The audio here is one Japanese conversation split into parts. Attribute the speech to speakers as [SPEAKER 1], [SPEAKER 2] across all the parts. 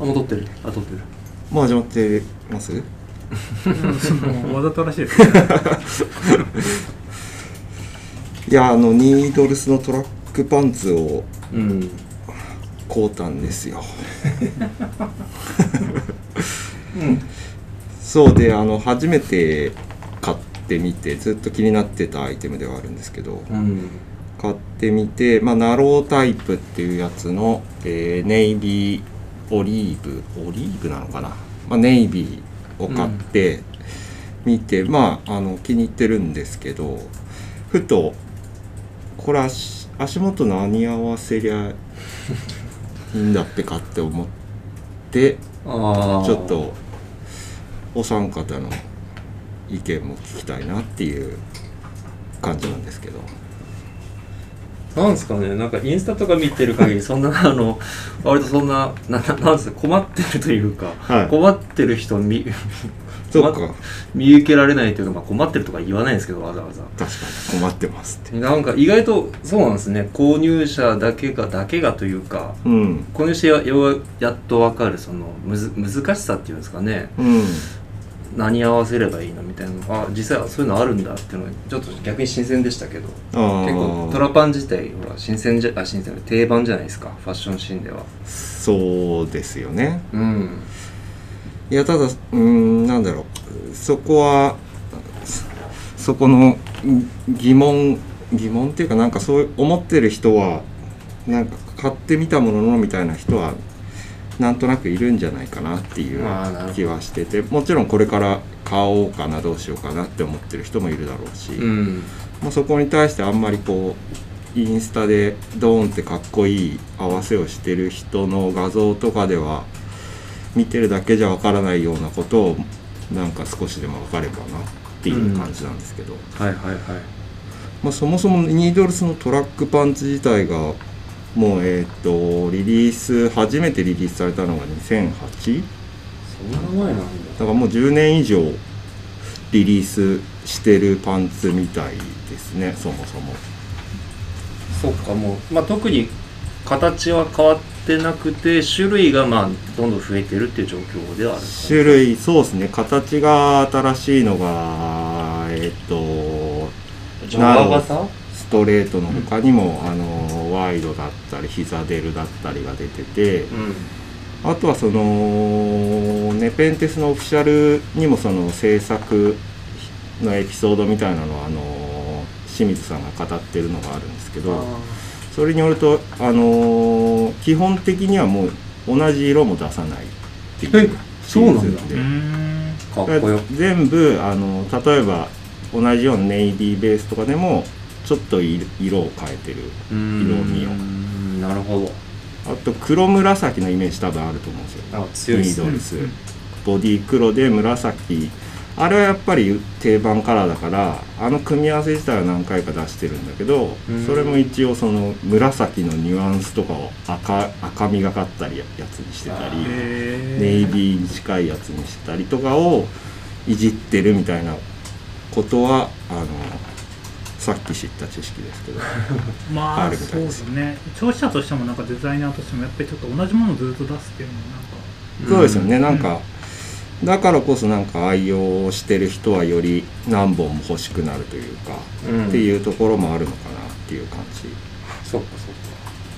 [SPEAKER 1] あ、戻ってる。あ、撮ってる。
[SPEAKER 2] もう始まってます
[SPEAKER 3] もうわざとらしいですね
[SPEAKER 2] いやあのニードルスのトラックパンツを
[SPEAKER 1] うん。
[SPEAKER 2] 買うたんですよそうであの初めて買ってみてずっと気になってたアイテムではあるんですけど
[SPEAKER 1] うん。
[SPEAKER 2] 買ってみて、まあ、ナロータイプっていうやつの、えーネイビーオリーブオリーブなのかな、まあ、ネイビーを買って見て、まああの気に入ってるんですけどふとこれ足足元何合わせりゃいいんだっぺかって思って
[SPEAKER 1] ああ。
[SPEAKER 2] ちょっ。とお三方の意見も聞きたいなっていう感じなんですけど。
[SPEAKER 1] なんですかね、なんかインスタとか見てる限り、 そんな、あの、割とそんな、な、ななんですか、困ってるというか、
[SPEAKER 2] はい
[SPEAKER 1] 困ってる人見、
[SPEAKER 2] そう
[SPEAKER 1] 困っ
[SPEAKER 2] か
[SPEAKER 1] 見受けられないというか、まあ困ってるとか言わないんですけど、わざわざ。
[SPEAKER 2] 確かに困ってますって
[SPEAKER 1] なんか意外とそうなんですね、購入者だけが、だけがというか、
[SPEAKER 2] うん
[SPEAKER 1] 購入してやようやっとわかる、その、むず、難しさっていうんですかね、
[SPEAKER 2] うん
[SPEAKER 1] 何合わせればいいのみたいなのあ実際はそういうのあるんだっていうのがちょっと逆に新鮮でしたけど
[SPEAKER 2] あー
[SPEAKER 1] 結構トラパン自体ほら新鮮じゃあ新鮮定番じゃないですかファッションシーンでは
[SPEAKER 2] そうですよね
[SPEAKER 1] うん
[SPEAKER 2] いやただうーんなんだろうそこはそそこのん疑問疑問っていうかなんかそう思ってる人はなんか買ってみたもののみたいな人はなんとなくいるんじゃないかなっていう
[SPEAKER 1] あーなるほど
[SPEAKER 2] 気はしててもちろんこれから買おうかなどうしようかなって思ってる人もいるだろうし、
[SPEAKER 1] うん
[SPEAKER 2] まあ、そこに対してあんまりこうインスタでドーンってかっこいい合わせをしてる人の画像とかでは見てるだけじゃわからないようなことをなんか少しでもわかればなっていう感じなんですけど、
[SPEAKER 1] はいはいはい
[SPEAKER 2] まあ、そもそもニードルスのトラックパンチ自体がもうえっ、とリリース初めてリリースされたのが 2008?
[SPEAKER 1] そんな前なんだ
[SPEAKER 2] だからもう10年以上リリースしてるパンツみたいですねそもそも。
[SPEAKER 1] そっかもう、まあ、特に形は変わってなくて種類がまあどんどん増えてるっていう状況ではあるんですかね
[SPEAKER 2] 種類そうですね形が新しいのがえっと
[SPEAKER 1] ジョガ型
[SPEAKER 2] ストレートの他にも、あのワイドだったり膝出るだったりが出てて
[SPEAKER 1] うん
[SPEAKER 2] あとはそのネペンテスのオフィシャルにもその制作のエピソードみたいなのをあの清水さんが語ってるのがあるんですけどそれによるとあの基本的にはもう同じ色も出さないってい
[SPEAKER 1] え
[SPEAKER 2] うシ
[SPEAKER 1] そう
[SPEAKER 2] リ
[SPEAKER 1] な
[SPEAKER 2] ー
[SPEAKER 1] んだ
[SPEAKER 2] ズで。
[SPEAKER 1] かっこよ
[SPEAKER 2] 全部あの例えば同じようなネイビーベースとかでもちょっと色色を変えてる
[SPEAKER 1] 色
[SPEAKER 2] 味を
[SPEAKER 1] なるほど
[SPEAKER 2] あと黒紫のイメージ多分あると思うんですよ
[SPEAKER 1] あ強いで
[SPEAKER 2] ニー
[SPEAKER 1] す
[SPEAKER 2] ド
[SPEAKER 1] ね
[SPEAKER 2] ルス、ボディ黒で紫あれはやっぱり定番カラーだからあの組み合わせ自体は何回か出してるんだけど
[SPEAKER 1] うん
[SPEAKER 2] それも一応その紫のニュアンスとかを赤赤みがかったりやつにしてた
[SPEAKER 1] あ
[SPEAKER 2] り
[SPEAKER 1] ー
[SPEAKER 2] ネイビーに近いやつにしてたりとかをいじってるみたいなことはあのさっき知った知識ですけど
[SPEAKER 3] ま
[SPEAKER 2] あ
[SPEAKER 3] あ
[SPEAKER 2] るみた
[SPEAKER 3] そ
[SPEAKER 2] いうで
[SPEAKER 3] ですすね消費者としてもなんかデザイナーとしてもやっぱりちょっと同じものをずっと出すっていうのもなんか
[SPEAKER 2] そうですよねなんかだからこそなんか愛用してる人はより何本も欲しくなるというか
[SPEAKER 1] うん
[SPEAKER 2] っていうところもあるのかなっていう感じ
[SPEAKER 1] そっかそっか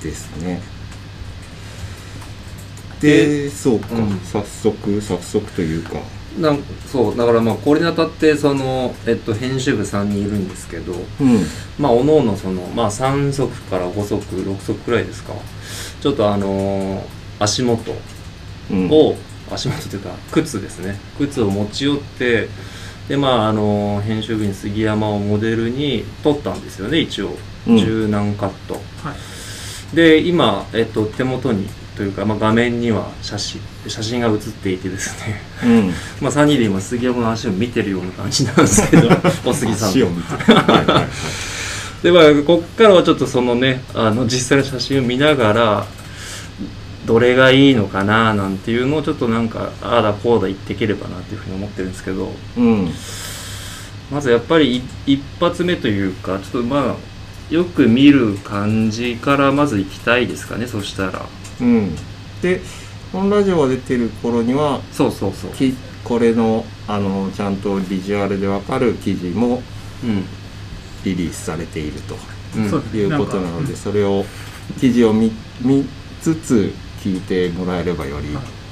[SPEAKER 2] ですね。でそうか、
[SPEAKER 1] うん
[SPEAKER 2] 早速早速というか
[SPEAKER 1] なんそうだからまあこれにあたってその、えっと、編集部3人いるんですけど
[SPEAKER 2] うん
[SPEAKER 1] まあおのおのその、まあ、3足から5足6足くらいですかちょっとあのー足元
[SPEAKER 2] うん
[SPEAKER 1] を、足元というか靴ですね靴を持ち寄ってでまああのー編集部員杉山をモデルに撮ったんですよね一応
[SPEAKER 2] うん
[SPEAKER 1] 十何カット、
[SPEAKER 3] はい
[SPEAKER 1] で今、えっと、手元にというか、まあ、画面には写真写真が写っていてですね
[SPEAKER 2] うん
[SPEAKER 1] まあ、3人で今杉山の足を見てるような感じなんです けどお杉さん
[SPEAKER 2] 足を
[SPEAKER 1] の
[SPEAKER 2] 見てはいはいはい
[SPEAKER 1] でまあこっからはちょっとそのねあの実際の写真を見ながらどれがいいのかななんていうのをちょっとなんかああだこうだ言っていければなっていうふうに思ってるんですけど
[SPEAKER 2] うん
[SPEAKER 1] まずやっぱりい一発目というかちょっとまあよく見る感じからまず行きたいですかねそしたら
[SPEAKER 2] うん、でこのラジオが出てる頃には
[SPEAKER 1] そうそうそう、
[SPEAKER 2] きこれのあのちゃんとビジュアルでわかる記事も
[SPEAKER 1] うん
[SPEAKER 2] リリースされていると
[SPEAKER 1] うん、
[SPEAKER 3] そう
[SPEAKER 2] いうことなのでそれを記事を見見つつ聞いてもらえればより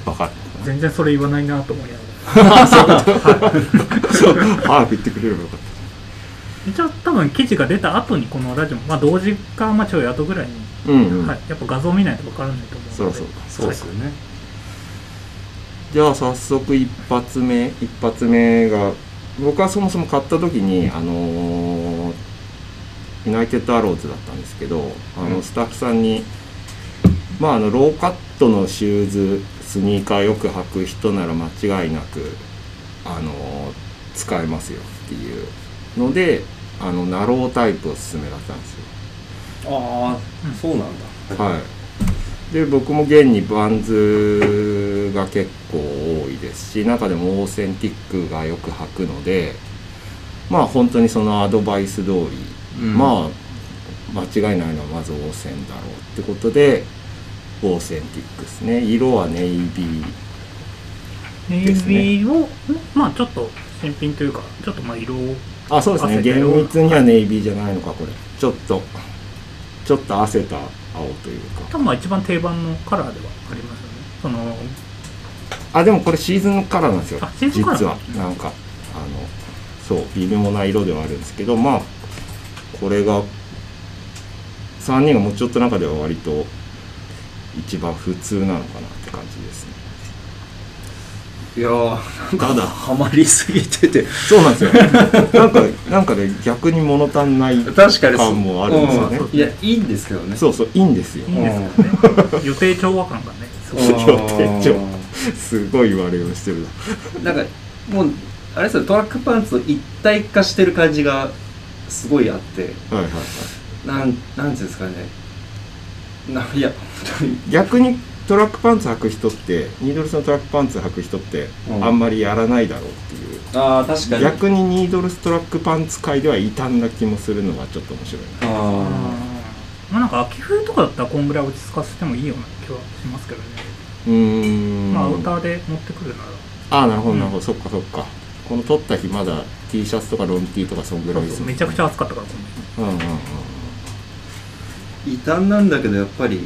[SPEAKER 2] わかるの
[SPEAKER 3] 全然それ言わないなと思いながら
[SPEAKER 2] かな そうああ言ってくれればよかっ
[SPEAKER 3] 一応多分記事が出た後にこのラジオも、まあ、同時か、まあ、ちょい後ぐらいに、
[SPEAKER 2] たうんうん、
[SPEAKER 3] はい、やっぱ画像見ないと分からないと思うので
[SPEAKER 2] そうそう
[SPEAKER 1] そうですよね、
[SPEAKER 2] じゃあ早速一発目一発目が僕はそもそも買った時にあのーユナイテッドアローズだったんですけどあ
[SPEAKER 1] う
[SPEAKER 2] の
[SPEAKER 1] ん
[SPEAKER 2] スタッフさんに、まああのローカットのシューズスニーカーよく履く人なら間違いなくあのー使えますよっていうのであのナロータイプおすすめだったんですよ
[SPEAKER 1] ああ、
[SPEAKER 3] うん
[SPEAKER 1] そうなんだ
[SPEAKER 2] はい、で僕も現にバンズが結構多いですし中でもオーセンティックがよく履くのでまあ本当にそのアドバイス通り、
[SPEAKER 1] うん
[SPEAKER 2] まあ間違いないのはまずオーセンだろうってことでオーセンティックですね色はネイビー
[SPEAKER 3] ネイビーを、まあちょっと新品というかちょっとまあ色を
[SPEAKER 2] あそうですね
[SPEAKER 3] 汗だよ
[SPEAKER 2] 厳密にはネイビーじゃないのかこれちょっとちょっと汗た青というか
[SPEAKER 3] 多分まあ一番定番のカラーではありますよねその
[SPEAKER 2] あでもこれシーズンカラーなんですよ
[SPEAKER 3] あシーズンカラー
[SPEAKER 2] 実はなんかあのそう微妙な色ではあるんですけどまあこれが3人が持ち寄った中では割と一番普通なのかなって感じですね
[SPEAKER 1] いやーなんか
[SPEAKER 2] ただ
[SPEAKER 1] ハマりすぎてて
[SPEAKER 2] そうなんですよなんかなんかね逆に物足んない
[SPEAKER 1] 確かにそう
[SPEAKER 2] 感もあるんですよね、
[SPEAKER 1] ういやいいんですけどね
[SPEAKER 2] そうそういいんですよ
[SPEAKER 3] いいんですよね予定調和感がねすごい
[SPEAKER 2] ん予定調
[SPEAKER 1] あ
[SPEAKER 2] すごい言われをしてるな
[SPEAKER 1] ーなんかもうあれですよねトラックパンツと一体化してる感じがすごいあって
[SPEAKER 2] はいはいはい
[SPEAKER 1] なんなんていうんですかねないや本当に
[SPEAKER 2] 逆にトラックパンツ履く人ってニードルスのトラックパンツ履く人って
[SPEAKER 1] うん
[SPEAKER 2] あんまりやらないだろうっていう、
[SPEAKER 1] ああ確かに
[SPEAKER 2] 逆にニードルストラックパンツ界では異端な気もするのがちょっと面白いな
[SPEAKER 1] あ
[SPEAKER 3] まあなんか秋冬とかだったらこんぐらい落ち着かせてもいいような気はしますけどね、
[SPEAKER 2] うーん
[SPEAKER 3] まあアウターで持ってくるなら
[SPEAKER 2] ああなるほど
[SPEAKER 3] うん
[SPEAKER 2] なるほど、そっかそっかこの撮った日まだ T シャツとかロン T とかそんぐらいですもん
[SPEAKER 3] めちゃくちゃ暑かったからこの
[SPEAKER 2] うんうんうん
[SPEAKER 1] ー異端なんだけどやっぱり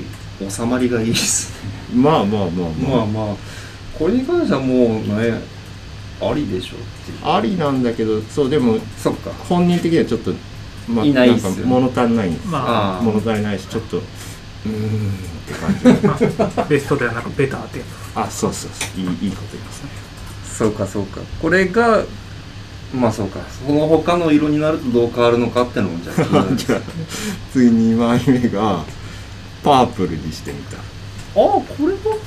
[SPEAKER 1] 収まりがいいですね
[SPEAKER 2] まあまあまあま
[SPEAKER 1] ま
[SPEAKER 2] あ
[SPEAKER 1] あ、まあこれに関してはもうねありでしょっていう
[SPEAKER 2] ありなんだけどそうでも
[SPEAKER 1] そっか
[SPEAKER 2] 本人的にはちょっと、ま
[SPEAKER 1] いないっ
[SPEAKER 2] ん
[SPEAKER 1] すよ
[SPEAKER 2] か
[SPEAKER 1] ね
[SPEAKER 2] 物足んないんです
[SPEAKER 3] ま
[SPEAKER 1] あー
[SPEAKER 2] 物足りないしちょっとうーんって感じ
[SPEAKER 3] あベストではなくベターってや
[SPEAKER 2] あそうそうそういいいいこと言いますね
[SPEAKER 1] そうかそうかこれがまあそうかその他の色になるとどう変わるのかってのもじゃあ気になるんです
[SPEAKER 2] じゃあついに2枚目がパープルにしてみた
[SPEAKER 1] あこれは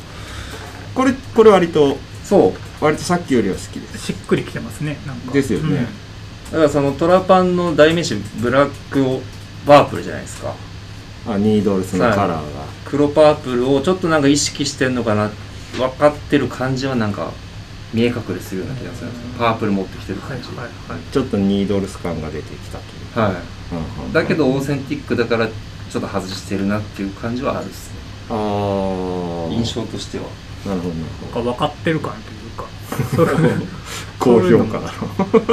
[SPEAKER 2] これこれ割と
[SPEAKER 1] そう
[SPEAKER 2] 割とさっきよりは好きで
[SPEAKER 3] つ
[SPEAKER 2] す
[SPEAKER 3] しっくりきてますねなんか
[SPEAKER 2] ですよね
[SPEAKER 1] だからそのトラパンの代名詞ブラックをパープルじゃないですか
[SPEAKER 2] あニードルスのカラーが
[SPEAKER 1] 黒パープルをちょっとなんか意識してんのかな分かってる感じはなんか見え隠れするような気がするんですよパープル持ってきて
[SPEAKER 3] う
[SPEAKER 1] る
[SPEAKER 3] んはい
[SPEAKER 1] 感じ
[SPEAKER 3] はいはい
[SPEAKER 2] ちょっとニードルス感が出てきたという
[SPEAKER 1] は
[SPEAKER 2] うんうんうん
[SPEAKER 1] いだけどオーセンティックだからちょっと外してるなっていう感じはあるっすね
[SPEAKER 2] ああ
[SPEAKER 1] 印象としては
[SPEAKER 2] なるほどなる
[SPEAKER 3] なん
[SPEAKER 2] ほ
[SPEAKER 3] か
[SPEAKER 2] ど
[SPEAKER 3] 分かってる感というかそういうの
[SPEAKER 2] 高評価だ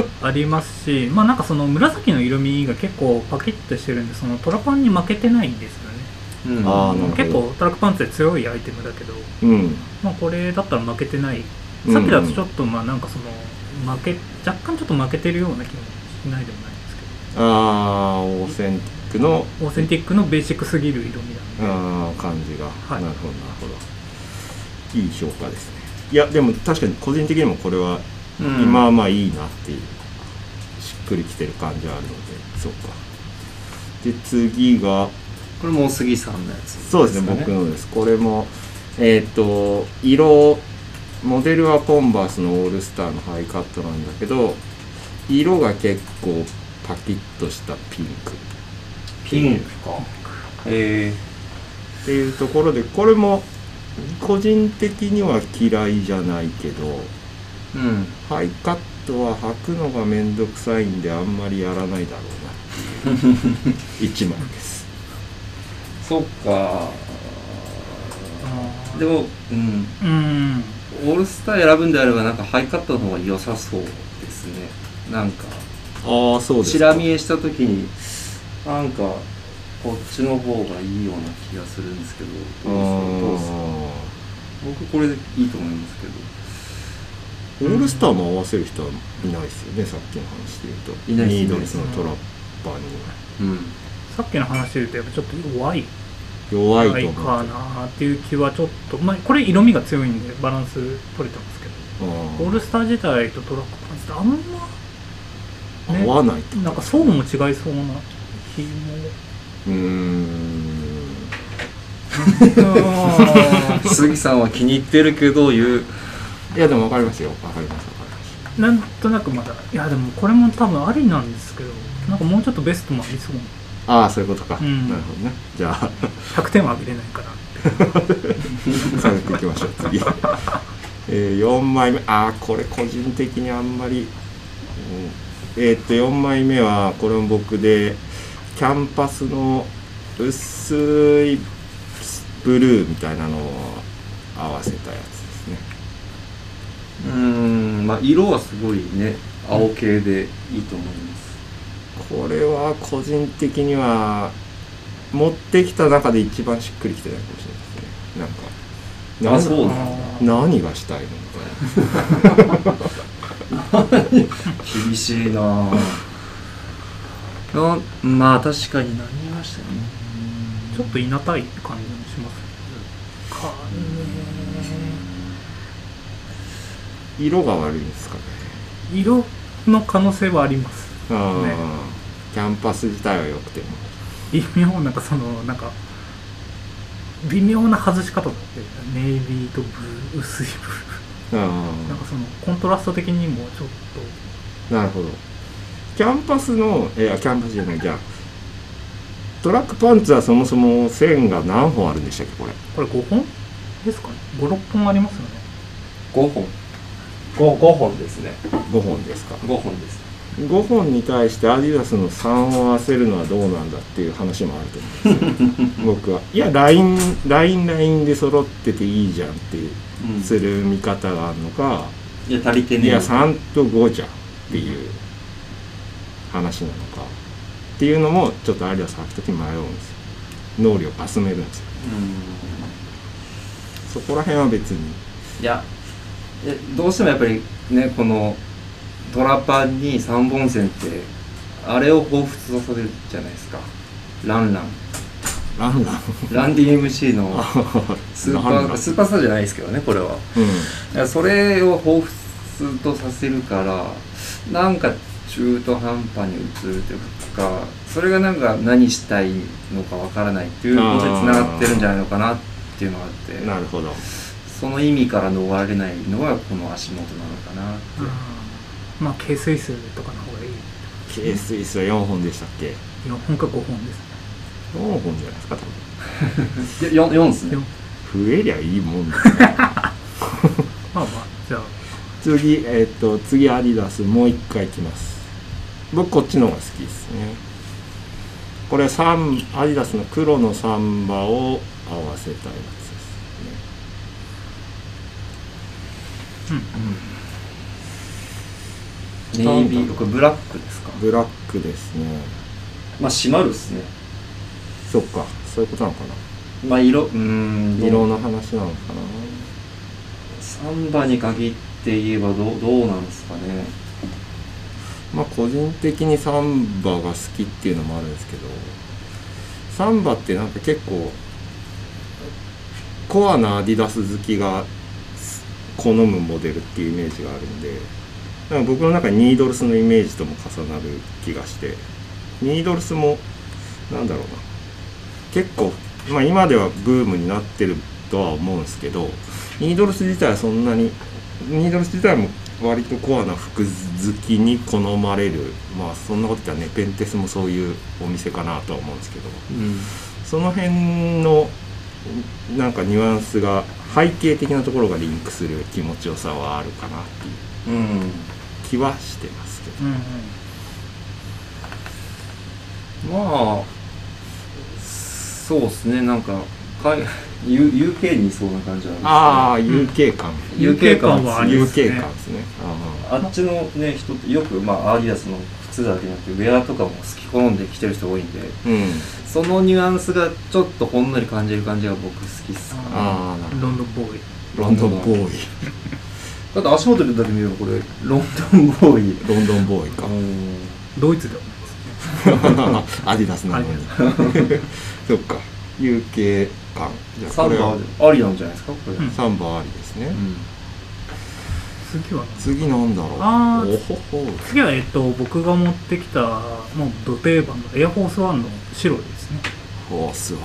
[SPEAKER 2] ろ
[SPEAKER 3] ありますし まあなんかその紫の色味が結構パキッとしてるんでそのトラパンに負けてないんですよね
[SPEAKER 1] うん
[SPEAKER 2] あーなるほど
[SPEAKER 3] 結構トラックパンツで強いアイテムだけど、
[SPEAKER 2] ううん
[SPEAKER 3] まあ、これだったら負けてない
[SPEAKER 2] うん
[SPEAKER 3] さっきだとちょっとまあなんかその負け若干ちょっと負けてるような気もしないでもないんですけ
[SPEAKER 2] ああオーセンティックの
[SPEAKER 3] どオーセンティックのベーシックすぎる色味なんで、
[SPEAKER 2] あー感じが、
[SPEAKER 3] はい
[SPEAKER 2] なるほどなるほどいい評価ですねいやでも確かに個人的にもこれは
[SPEAKER 1] うん
[SPEAKER 2] 今はまあいいなっていう、しっくりきてる感じはあるのでそうかで次が
[SPEAKER 1] これもお杉さんのやつ
[SPEAKER 2] そうですね
[SPEAKER 1] か
[SPEAKER 2] 僕のですこれもえっ、と色モデルはコンバースのオールスターのハイカットなんだけど色が結構パキッとしたピンク
[SPEAKER 1] ピンクかえ
[SPEAKER 2] っていうところでこれも個人的には嫌いじゃないけど
[SPEAKER 1] えうん
[SPEAKER 2] ハイカットは履くのがめんどくさいんであんまりやらないだろうな っていう一枚です
[SPEAKER 1] そっか
[SPEAKER 3] あー
[SPEAKER 1] でも、うん、
[SPEAKER 3] うん
[SPEAKER 1] オールスター選ぶんであればなんかハイカットの方が良さそうですねなんか
[SPEAKER 2] ああそうです
[SPEAKER 1] チラ見えした時になんかこっちの方がいいような気がするんですけど
[SPEAKER 2] う
[SPEAKER 1] どうですかどうですか
[SPEAKER 2] ん
[SPEAKER 1] 僕これでいいと思いますけど
[SPEAKER 2] オールスターも合わせる人はいないですよね、さっきの話で言うと。
[SPEAKER 1] いないですね
[SPEAKER 2] ニードレスのトラッパーに
[SPEAKER 1] うん
[SPEAKER 3] さっきの話で言うとやっぱちょっと弱い
[SPEAKER 2] 弱いと思う。
[SPEAKER 3] かなっていう気はちょっと、まあ、これ色味が強いんでバランス取れてますけど、オールスター自体とトラックパンツってあん
[SPEAKER 2] うん
[SPEAKER 3] ま、ね、
[SPEAKER 2] 合わないと。
[SPEAKER 3] なんか層も違いそうな気
[SPEAKER 2] うーん。
[SPEAKER 3] も
[SPEAKER 1] 鈴木さんは気に入ってるけど言う
[SPEAKER 2] いや、でも分かりますよ。分かります、分かります。
[SPEAKER 3] なんとなくまだいやでもこれも多分ありなんですけどなんかもうちょっとベストもありそうな
[SPEAKER 2] ああ、そういうことか。
[SPEAKER 3] うん
[SPEAKER 2] なるほどね。じゃあ、
[SPEAKER 3] 100点はあげれないから
[SPEAKER 2] 下げていきましょう、次。えー、4枚目。ああ、これ個人的にあんまり。うんえーっと、4枚目は、これも僕で、キャンパスの薄いブルーみたいなのを合わせたやつですね。
[SPEAKER 1] うんまあ色はすごいね青系でいいと思います
[SPEAKER 2] これは個人的には持ってきた中で一番しっくりきてないかもしれないですねなん
[SPEAKER 1] あ
[SPEAKER 2] か
[SPEAKER 1] そうなん
[SPEAKER 3] あー
[SPEAKER 2] 何がしたいのみたいな
[SPEAKER 1] 厳しいな ぁあまあ確かになりましたね
[SPEAKER 3] ちょっといなたい感じもしますかね
[SPEAKER 2] 色が悪いんですかね
[SPEAKER 3] 色の可能性はあります
[SPEAKER 2] あー
[SPEAKER 3] ね
[SPEAKER 2] キャンパス自体は良くても
[SPEAKER 3] 微妙なんかそのなんか微妙な外し方だってネイビーとブルー薄い
[SPEAKER 2] あ
[SPEAKER 3] ブルーなんかそのコントラスト的にもちょっ
[SPEAKER 2] ーなるほどキャンパスのいやキャンパスじゃないじゃあトラックパンツはそもそも線が何本あるんでしたっけこれ
[SPEAKER 3] とこれ5本ですかね56本ありますよね
[SPEAKER 1] 5本 5, 5本ですね
[SPEAKER 2] 5本ですか
[SPEAKER 1] 5本です
[SPEAKER 2] 5本に対してアディダスの3を合わせるのはどうなんだっていう話もあると思うん ですよ僕はいやラインラインラインで揃ってていいじゃんっていう
[SPEAKER 1] うん
[SPEAKER 2] する見方があるのか、
[SPEAKER 1] いや足りてね
[SPEAKER 2] い
[SPEAKER 1] え
[SPEAKER 2] や3と5じゃんっていう話なのかっていうのもちょっとアディダス履く時迷うんですよ能力かすめるんですよ
[SPEAKER 1] うん
[SPEAKER 2] そこら辺は別に
[SPEAKER 1] いやえどうしてもやっぱりねこのトラパンに3本線ってあれを彷彿とさせるじゃないですかランラン
[SPEAKER 2] ランラン
[SPEAKER 1] ランディ MC のスーパ
[SPEAKER 2] ラン
[SPEAKER 1] ー
[SPEAKER 2] ラン
[SPEAKER 1] スーパースターじゃないですけどねこれは
[SPEAKER 2] う
[SPEAKER 1] いやそれを彷彿とさせるからなんか中途半端に映るというかそれがなんか何したいのかわからないっていうことでつながってるんじゃないのかなっていうのがあって
[SPEAKER 2] んなるほど
[SPEAKER 1] その意味から逃れないのがこの足元なのかなって
[SPEAKER 3] まあ軽水数とかの方がいい
[SPEAKER 2] K スイスは4本でしたっけ
[SPEAKER 3] 4本か5本ですね
[SPEAKER 2] 4本じゃないですか多分
[SPEAKER 1] いや 4, 4ですね
[SPEAKER 3] 四
[SPEAKER 2] 増えりゃいいもんだ
[SPEAKER 3] まあまあじゃあ
[SPEAKER 2] 次えっ、と次アディダスもう一回いきます僕こっちの方が好きですねこれサンアディダスの黒のサンバを合わせたやつです
[SPEAKER 1] ネイビーこれブラックですか
[SPEAKER 2] ねブラックですね
[SPEAKER 1] まあ締まるっすね
[SPEAKER 2] そっかそういうことなのかな
[SPEAKER 1] まあ色うーん
[SPEAKER 2] 色の話なのかな
[SPEAKER 1] サンバに限って言えばどうどうなんですかね
[SPEAKER 2] まあ個人的にサンバが好きっていうのもあるんですけどサンバってなんか結構コアなアディダス好きが好むモデルっていうイメージがあるんでなんか僕の中にニードルスのイメージとも重なる気がしてニードルスもなんだろうな結構、まあ、今ではブームになってるとは思うんですけどニードルス自体はそんなにニードルス自体も割とコアな服好きに好まれるまあそんなこと言ったらねペンテスもそういうお店かなとは思うんですけど
[SPEAKER 1] うん
[SPEAKER 2] その辺のなんかニュアンスが背景的なところがリンクする気持ちよさはあるかなっていう
[SPEAKER 1] うん
[SPEAKER 2] 気はしてますけど
[SPEAKER 3] うんうん
[SPEAKER 1] まあそうですねなんか海 U- UK にいそうな感じなんですけど
[SPEAKER 2] あ
[SPEAKER 1] あ
[SPEAKER 2] あ、UK 感。
[SPEAKER 3] UK 感はありますね
[SPEAKER 2] UK 感ですね。あ
[SPEAKER 1] っちのね人ってよくまあアディダスの靴だけじゃなくてウェアとかも好き好んで着てる人多いんで
[SPEAKER 2] ーうん。
[SPEAKER 1] そのニュアンスがちょっとほんのり感じる感じが僕好きっすか
[SPEAKER 2] ああ、なるほ
[SPEAKER 3] ロンドンボーイ
[SPEAKER 2] ど。ロンドンボーイ。
[SPEAKER 1] だって足元だけ見ればこれロンドンボーイ
[SPEAKER 2] ロンドンボーイか。
[SPEAKER 3] ドイツではない
[SPEAKER 2] アディダスなのに。 そっか。UK 感。じゃあ
[SPEAKER 1] サ
[SPEAKER 2] こ
[SPEAKER 1] ン
[SPEAKER 2] れ
[SPEAKER 1] バ
[SPEAKER 2] は
[SPEAKER 1] ーありなんじゃないですかこれ、
[SPEAKER 3] うん
[SPEAKER 2] サンバありですね。
[SPEAKER 3] ですね次は何
[SPEAKER 2] 次なんだろう。
[SPEAKER 3] あー
[SPEAKER 2] おほほ。
[SPEAKER 3] 次は、えっと、僕が持ってきたもうド定番のエアフォースワンの白ですね
[SPEAKER 2] フォースワン。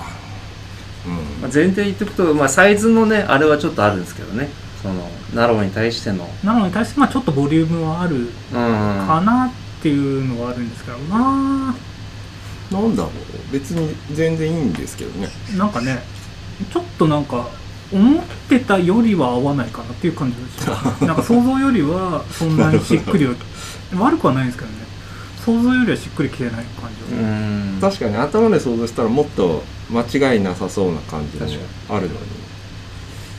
[SPEAKER 1] まあ、前提言っておくと、まあ、サイズのねあれはちょっとあるんですけどねそのナローに対しての
[SPEAKER 3] なのに対してまあちょっとボリュームはある
[SPEAKER 1] うん
[SPEAKER 3] かなっていうのはあるんですけど、まあ
[SPEAKER 2] うん。なんだろう。別に全然いいんですけどね。
[SPEAKER 3] なんかねちょっとなんか思ってたよりは合わないかなっていう感じがします なんか想像よりはそんなにしっくりは悪くはないんですけどね想像よりはしっくりきてない感じ
[SPEAKER 1] う
[SPEAKER 3] は、
[SPEAKER 1] ん
[SPEAKER 2] 確かに頭で想像したらもっと間違いなさそうな感じも
[SPEAKER 1] 確か
[SPEAKER 2] あるのに。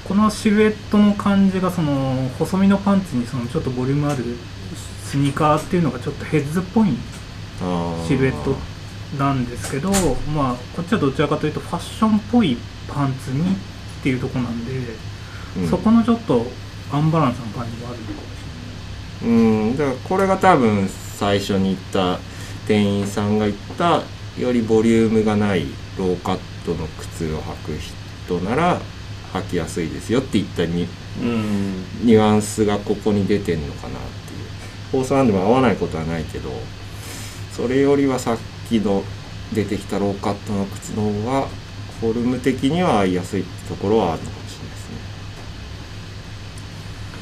[SPEAKER 3] このシルエットの感じがその細身のパンツにそのちょっとボリュームあるスニーカーっていうのがちょっとヘッズっぽい
[SPEAKER 2] あー
[SPEAKER 3] シルエットなんですけどまあこっちはどちらかというとファッションっぽいパンツにっていうとこなんで、
[SPEAKER 2] うん
[SPEAKER 3] そこのちょっとアンバランスな感じもあるの
[SPEAKER 2] う
[SPEAKER 3] かもし
[SPEAKER 2] んだからこれが多分最初に言った店員さんが言ったよりボリュームがないローカットの靴を履く人なら履きやすいですよって言ったニ
[SPEAKER 1] うん
[SPEAKER 2] ニュアンスがここに出てんのかなっていう放送なんでも合わないことはないけどそれよりはさっきの出てきたローカットの靴の方がフォルム的には合いやすいってところはあるのかもし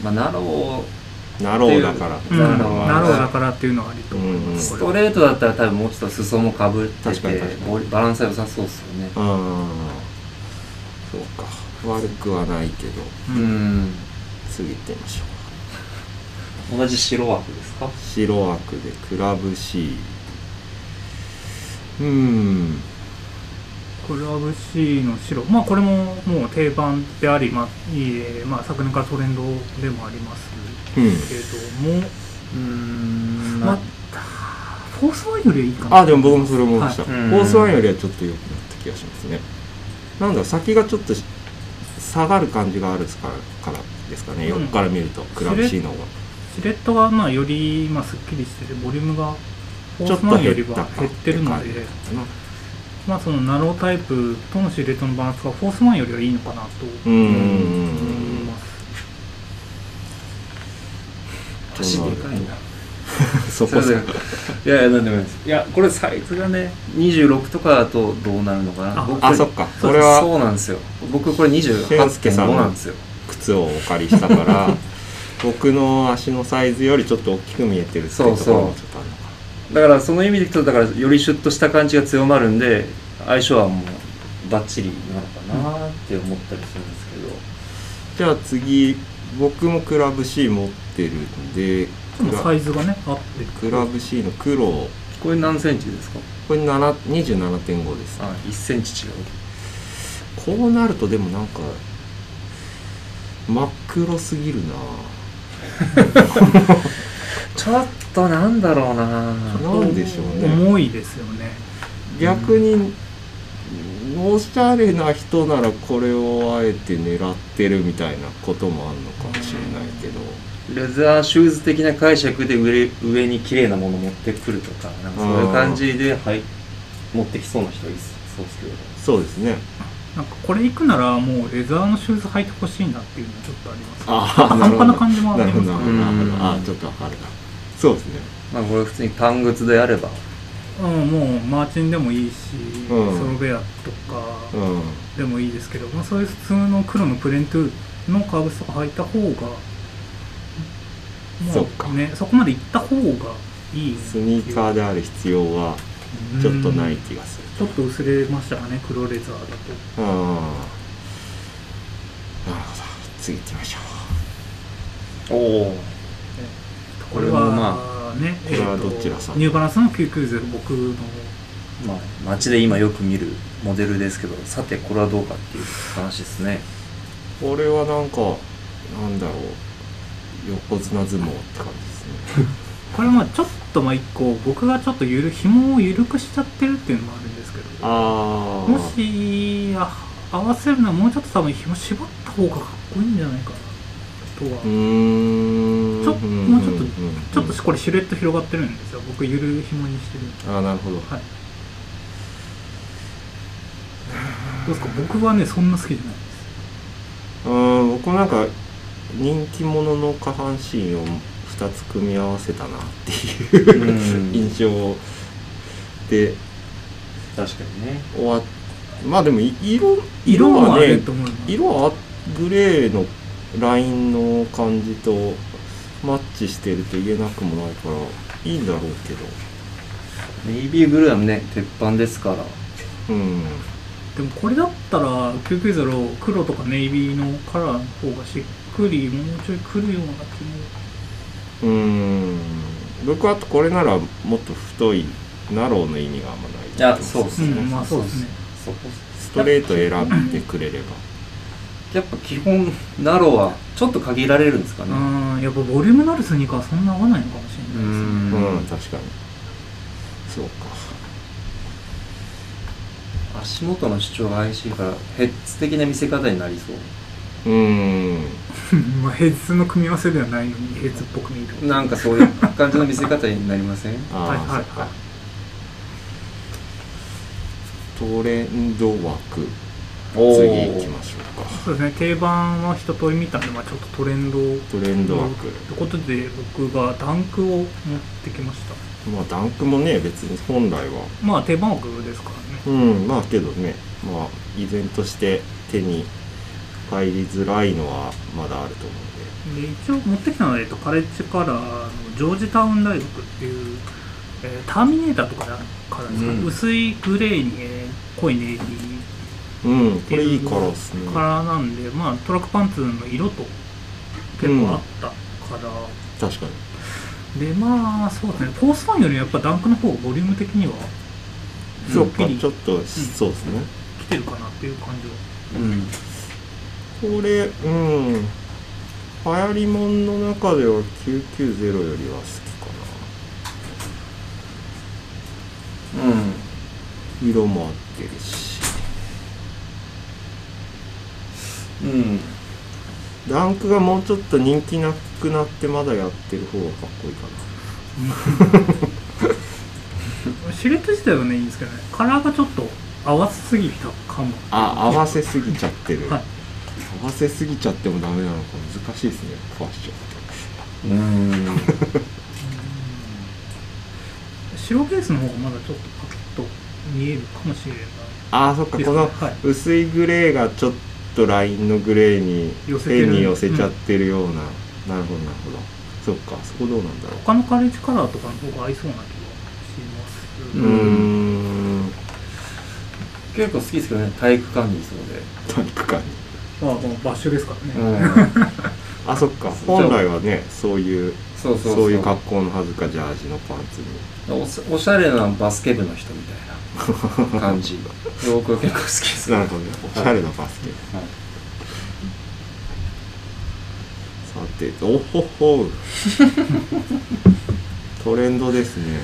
[SPEAKER 2] れないですね
[SPEAKER 1] まあ、ナロー
[SPEAKER 2] ナローだから
[SPEAKER 1] って
[SPEAKER 3] れ
[SPEAKER 1] い
[SPEAKER 3] ない、う
[SPEAKER 1] な
[SPEAKER 3] ん、
[SPEAKER 1] るほど
[SPEAKER 3] なるほどだからっていうのはありと思い
[SPEAKER 2] うんう
[SPEAKER 3] ま
[SPEAKER 2] ん
[SPEAKER 3] す、
[SPEAKER 1] ス
[SPEAKER 3] こ
[SPEAKER 1] ト
[SPEAKER 3] れは
[SPEAKER 1] レートだったら多分もうちょっと裾もかぶって
[SPEAKER 2] 確か
[SPEAKER 1] て
[SPEAKER 2] に確かに
[SPEAKER 1] ボリバランスは良さそうっすよね
[SPEAKER 2] ああそうか悪くはないけど
[SPEAKER 1] う
[SPEAKER 3] うん
[SPEAKER 1] ん
[SPEAKER 2] 次行ってみましょう
[SPEAKER 1] 同じ白枠ですか
[SPEAKER 2] 白枠でクラブ C うーん
[SPEAKER 3] クラブ C の白まあこれももう定番であり、まあいいえまあ、昨年からトレンドでもあります
[SPEAKER 2] うん
[SPEAKER 3] けれども、
[SPEAKER 1] うん
[SPEAKER 3] まあフォースワインよりはいいかな
[SPEAKER 2] あでも僕もそれ思いました、
[SPEAKER 1] は
[SPEAKER 2] フ
[SPEAKER 1] い
[SPEAKER 2] ォースワンよりはちょっと良くなった気がしますねなんだろう先がちょっと下がる感じがあるからからですかね
[SPEAKER 3] うん
[SPEAKER 2] 横から見ると、クラブ C の方が
[SPEAKER 3] シルエットがまあよりまあすっきりしててボリュームがフォ
[SPEAKER 2] ちょ
[SPEAKER 3] ー
[SPEAKER 2] っ
[SPEAKER 3] スワ
[SPEAKER 2] と
[SPEAKER 3] インより
[SPEAKER 2] 減った
[SPEAKER 3] は
[SPEAKER 2] か
[SPEAKER 3] 減ってるの
[SPEAKER 2] っ
[SPEAKER 3] で
[SPEAKER 2] て感じだったな
[SPEAKER 3] まあそのナロータイプとのシルエットのバランスがフォースワインよりはいいのかなと
[SPEAKER 2] うー
[SPEAKER 3] 思い
[SPEAKER 2] ん
[SPEAKER 3] ます
[SPEAKER 1] 足でかいな
[SPEAKER 2] そ
[SPEAKER 1] そ
[SPEAKER 2] こ
[SPEAKER 1] う
[SPEAKER 2] そ
[SPEAKER 1] で
[SPEAKER 2] こ
[SPEAKER 1] すいやいやなんでもないですいやこれサイズがね26とかだとどうなるのかな
[SPEAKER 3] あ
[SPEAKER 1] 僕
[SPEAKER 2] あそっか
[SPEAKER 1] そ
[SPEAKER 2] こ
[SPEAKER 1] う
[SPEAKER 2] れは
[SPEAKER 1] そうなんですよ僕これ
[SPEAKER 2] 俊介さ
[SPEAKER 1] 28.5
[SPEAKER 2] んの
[SPEAKER 1] なんですよ
[SPEAKER 2] 靴をお借りしたから僕の足のサイズよりちょっと大きく見えてるっていうところもちょっとあるのか
[SPEAKER 1] だからその意味でいくとだからよりシュッとした感じが強まるんで相性はもうバッチリなのかなって思ったりするんですけど、
[SPEAKER 2] じゃあ次僕もクラブ C 持ってるんで
[SPEAKER 3] でも
[SPEAKER 2] クラ
[SPEAKER 3] サイズがねあって
[SPEAKER 2] クラブ C の黒を
[SPEAKER 1] これ何センチですか
[SPEAKER 2] これ7 27.5です
[SPEAKER 1] あ1センチ違う
[SPEAKER 2] こうなるとでもなんか真っ黒すぎるな
[SPEAKER 1] ちょっとなんだろうな
[SPEAKER 2] なんでしょうね
[SPEAKER 3] 重いですよね
[SPEAKER 2] 逆におしゃれな人ならこれをあえて狙ってるみたいなこともあるのかもしれないけど
[SPEAKER 1] レザーシューズ的な解釈で上上に綺麗なもの持ってくるとかなんかそういう感じで、はい、持ってきそうな人はいそうですけど
[SPEAKER 2] そうですね
[SPEAKER 3] なんかこれ行くならもうレザーのシューズ履いてほしいなっていうのはちょっとあります
[SPEAKER 2] ああ
[SPEAKER 3] 半端な感じもあ
[SPEAKER 2] な
[SPEAKER 3] り
[SPEAKER 2] る
[SPEAKER 3] ま
[SPEAKER 2] ほ
[SPEAKER 3] す
[SPEAKER 2] どなる
[SPEAKER 1] う
[SPEAKER 2] ほどなるほ
[SPEAKER 1] ん
[SPEAKER 2] どあーちょっとわかるなそうですね
[SPEAKER 1] まあこれ普通にパン靴であれば
[SPEAKER 3] うん、もうマーチンでもいいし、
[SPEAKER 2] うん
[SPEAKER 3] ソロベアと
[SPEAKER 2] う
[SPEAKER 3] か
[SPEAKER 2] ん
[SPEAKER 3] でもいいですけど、まあ、そういう普通の黒のプレントゥーの革靴とか履いた方が、
[SPEAKER 2] そっか
[SPEAKER 3] ね、そこまで行った方がいい
[SPEAKER 2] スニーカーである必要はちょっとない
[SPEAKER 3] うん
[SPEAKER 2] 気がする
[SPEAKER 3] ちょっと薄れましたかね黒レザーだ
[SPEAKER 2] う
[SPEAKER 3] と
[SPEAKER 2] んなるほど次行ってみましょ
[SPEAKER 1] おおこ
[SPEAKER 3] これ
[SPEAKER 1] れも
[SPEAKER 3] は
[SPEAKER 1] ま
[SPEAKER 3] ね
[SPEAKER 2] これは
[SPEAKER 3] えーと
[SPEAKER 2] どちらさん
[SPEAKER 3] ニューバランスの990僕の
[SPEAKER 1] まあ、街で今よく見るモデルですけどさてこれはどうかっていう話ですね
[SPEAKER 2] これはなんかなんだろう横綱相撲って感じですね
[SPEAKER 3] これまあちょっとまあ一個僕がちょっとゆる紐を緩くしちゃってるっていうのもあるんですけど
[SPEAKER 2] あ
[SPEAKER 3] もしあ合わせるならもうちょっと多分紐絞った方がかっこいいんじゃないかなとは、
[SPEAKER 2] うーん
[SPEAKER 3] ちょもうちょっと
[SPEAKER 2] んんん
[SPEAKER 3] ちょっとこれシルエット広がってるんですよ僕ゆる紐にしてる
[SPEAKER 2] ああなるほど
[SPEAKER 3] はいどうですか僕はねそんな好きじゃない
[SPEAKER 2] うん僕なんか人気者の下半身を2つ組み合わせたなっていうう、
[SPEAKER 1] ん
[SPEAKER 2] 印象で
[SPEAKER 1] 確かにね
[SPEAKER 2] 終わっまあでもい色
[SPEAKER 3] 色
[SPEAKER 2] 色
[SPEAKER 3] も
[SPEAKER 2] は
[SPEAKER 3] あ
[SPEAKER 2] ね
[SPEAKER 3] ると思うな
[SPEAKER 2] 色はグレーのラインの感じとマッチしてると言えなくもないからいいんだろうけど
[SPEAKER 1] ネイビーブルーはね鉄板ですから
[SPEAKER 2] うん
[SPEAKER 3] でもこれだったら990黒とかネイビーのカラーの方がしっくりもうちょいくるような気も
[SPEAKER 2] うん僕はこれならもっと太いナローの意味があんまない
[SPEAKER 1] いやそうっすね、
[SPEAKER 3] うんまあそうっすね
[SPEAKER 1] そうっす
[SPEAKER 2] ストレート選んでくれれば
[SPEAKER 1] やっぱ基本ナロはちょっと限られるんですかね
[SPEAKER 3] うんやっぱボリュームのあるスニーカーはそんな合わないのかもしれないですね
[SPEAKER 1] ん
[SPEAKER 2] うん、確かにそうか
[SPEAKER 1] 足元の主張が怪しいからヘッズ的な見せ方になりそう
[SPEAKER 2] うーん
[SPEAKER 3] まあヘッズの組み合わせではないのにヘッズっぽく見える
[SPEAKER 1] なんかそういう感じの見せ方になりません
[SPEAKER 2] ああ、
[SPEAKER 3] はいはいは
[SPEAKER 2] そ
[SPEAKER 3] い
[SPEAKER 2] っかトレンド枠次行きましょうか
[SPEAKER 3] そうですね定番は一通り見たんで、まあ、ちょっとトレンドを
[SPEAKER 2] トレンド枠、
[SPEAKER 3] ということで僕がダンクを持ってきました
[SPEAKER 2] まあダンクもね別に本来は
[SPEAKER 3] まあ定番枠ですからね
[SPEAKER 2] うんまあけどねまあ依然として手に入りづらいのはまだあると思
[SPEAKER 3] で一応持ってきたのは、えっと、カレッジからあのジョージタウン大学っていう、えーターミネーターとかからですか、ね
[SPEAKER 1] うん
[SPEAKER 3] 薄いグレーに、えー濃いネイビ
[SPEAKER 2] うんでうんこれいいカラーっすね
[SPEAKER 3] ーカラーなんで、まあ、トラックパンツの色と結構あったから、
[SPEAKER 2] 確かに
[SPEAKER 3] でまあそうですねポースワンよりやっぱダンクの方がボリューム的には
[SPEAKER 2] そ
[SPEAKER 3] の
[SPEAKER 2] うんか
[SPEAKER 3] びり
[SPEAKER 2] ちょっとそうですね、
[SPEAKER 3] 来てるかなっていう感じ
[SPEAKER 1] う
[SPEAKER 3] は
[SPEAKER 1] ん
[SPEAKER 2] これうん流行りもんの中では990よりは好きか
[SPEAKER 1] うん
[SPEAKER 2] な色も合ってるし
[SPEAKER 1] うん
[SPEAKER 2] ランクがもうちょっと人気なくなってまだやってる方がかっこいいか
[SPEAKER 3] シルエット自体はねいいんですけどねカラーがちょっと合わせすぎたかも
[SPEAKER 2] なあ合わせすぎちゃってる、
[SPEAKER 3] はい
[SPEAKER 2] 合わせすぎちゃってもダメなのか難しいですねファッション
[SPEAKER 1] うん
[SPEAKER 3] 白ベースの方がまだちょっとパキッと見えるかもしれない
[SPEAKER 2] ああそっか
[SPEAKER 3] です
[SPEAKER 2] こ
[SPEAKER 3] ね
[SPEAKER 2] の
[SPEAKER 3] はい
[SPEAKER 2] 薄いグレーがちょっとラインのグレーに
[SPEAKER 3] 寄せて
[SPEAKER 2] 絵
[SPEAKER 3] る
[SPEAKER 2] に寄せちゃってるような、なるほどなるほどそっかそこどうなんだろう
[SPEAKER 3] 他のカレッジカラーとかの方が合いそうな気がします、
[SPEAKER 1] う
[SPEAKER 2] うーん
[SPEAKER 1] 結構好きですけどね体育館にいそう
[SPEAKER 2] 体育館に
[SPEAKER 3] まあ、まあバッシュですから
[SPEAKER 1] で、う
[SPEAKER 3] ね、
[SPEAKER 1] ん、
[SPEAKER 2] あそっか
[SPEAKER 1] そう
[SPEAKER 2] 本来はねそういう
[SPEAKER 1] そう
[SPEAKER 2] そ
[SPEAKER 1] そうう
[SPEAKER 2] いう格好のはずかジャージのパンツに
[SPEAKER 1] おしおしゃれなバスケ部の人みたいな感 じ僕は結構好きです
[SPEAKER 2] なるほどねおしゃれなバスケ、さておほほ トレンドですね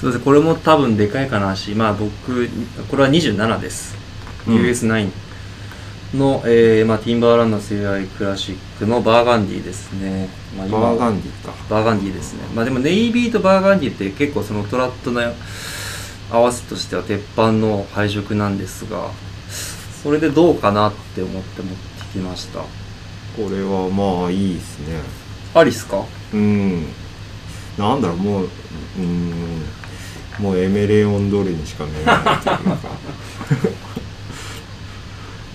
[SPEAKER 1] そうですねこれも多分でかいかなしまあ僕これは27です、
[SPEAKER 2] うん
[SPEAKER 1] US9 の、えーまあ、ティンバーランドセアイクラシックのバーガンディですね、まあ、今
[SPEAKER 2] バーガンディか
[SPEAKER 1] バーガンディですねまあでもネイビーとバーガンディって結構そのトラットの合わせとしては鉄板の配色なんですがそれでどうかなって思って持ってきました
[SPEAKER 2] これはまあいいですね
[SPEAKER 1] ありっすか
[SPEAKER 2] うんなんだろうもううんもうエメレオンドルにしか見えないと いうか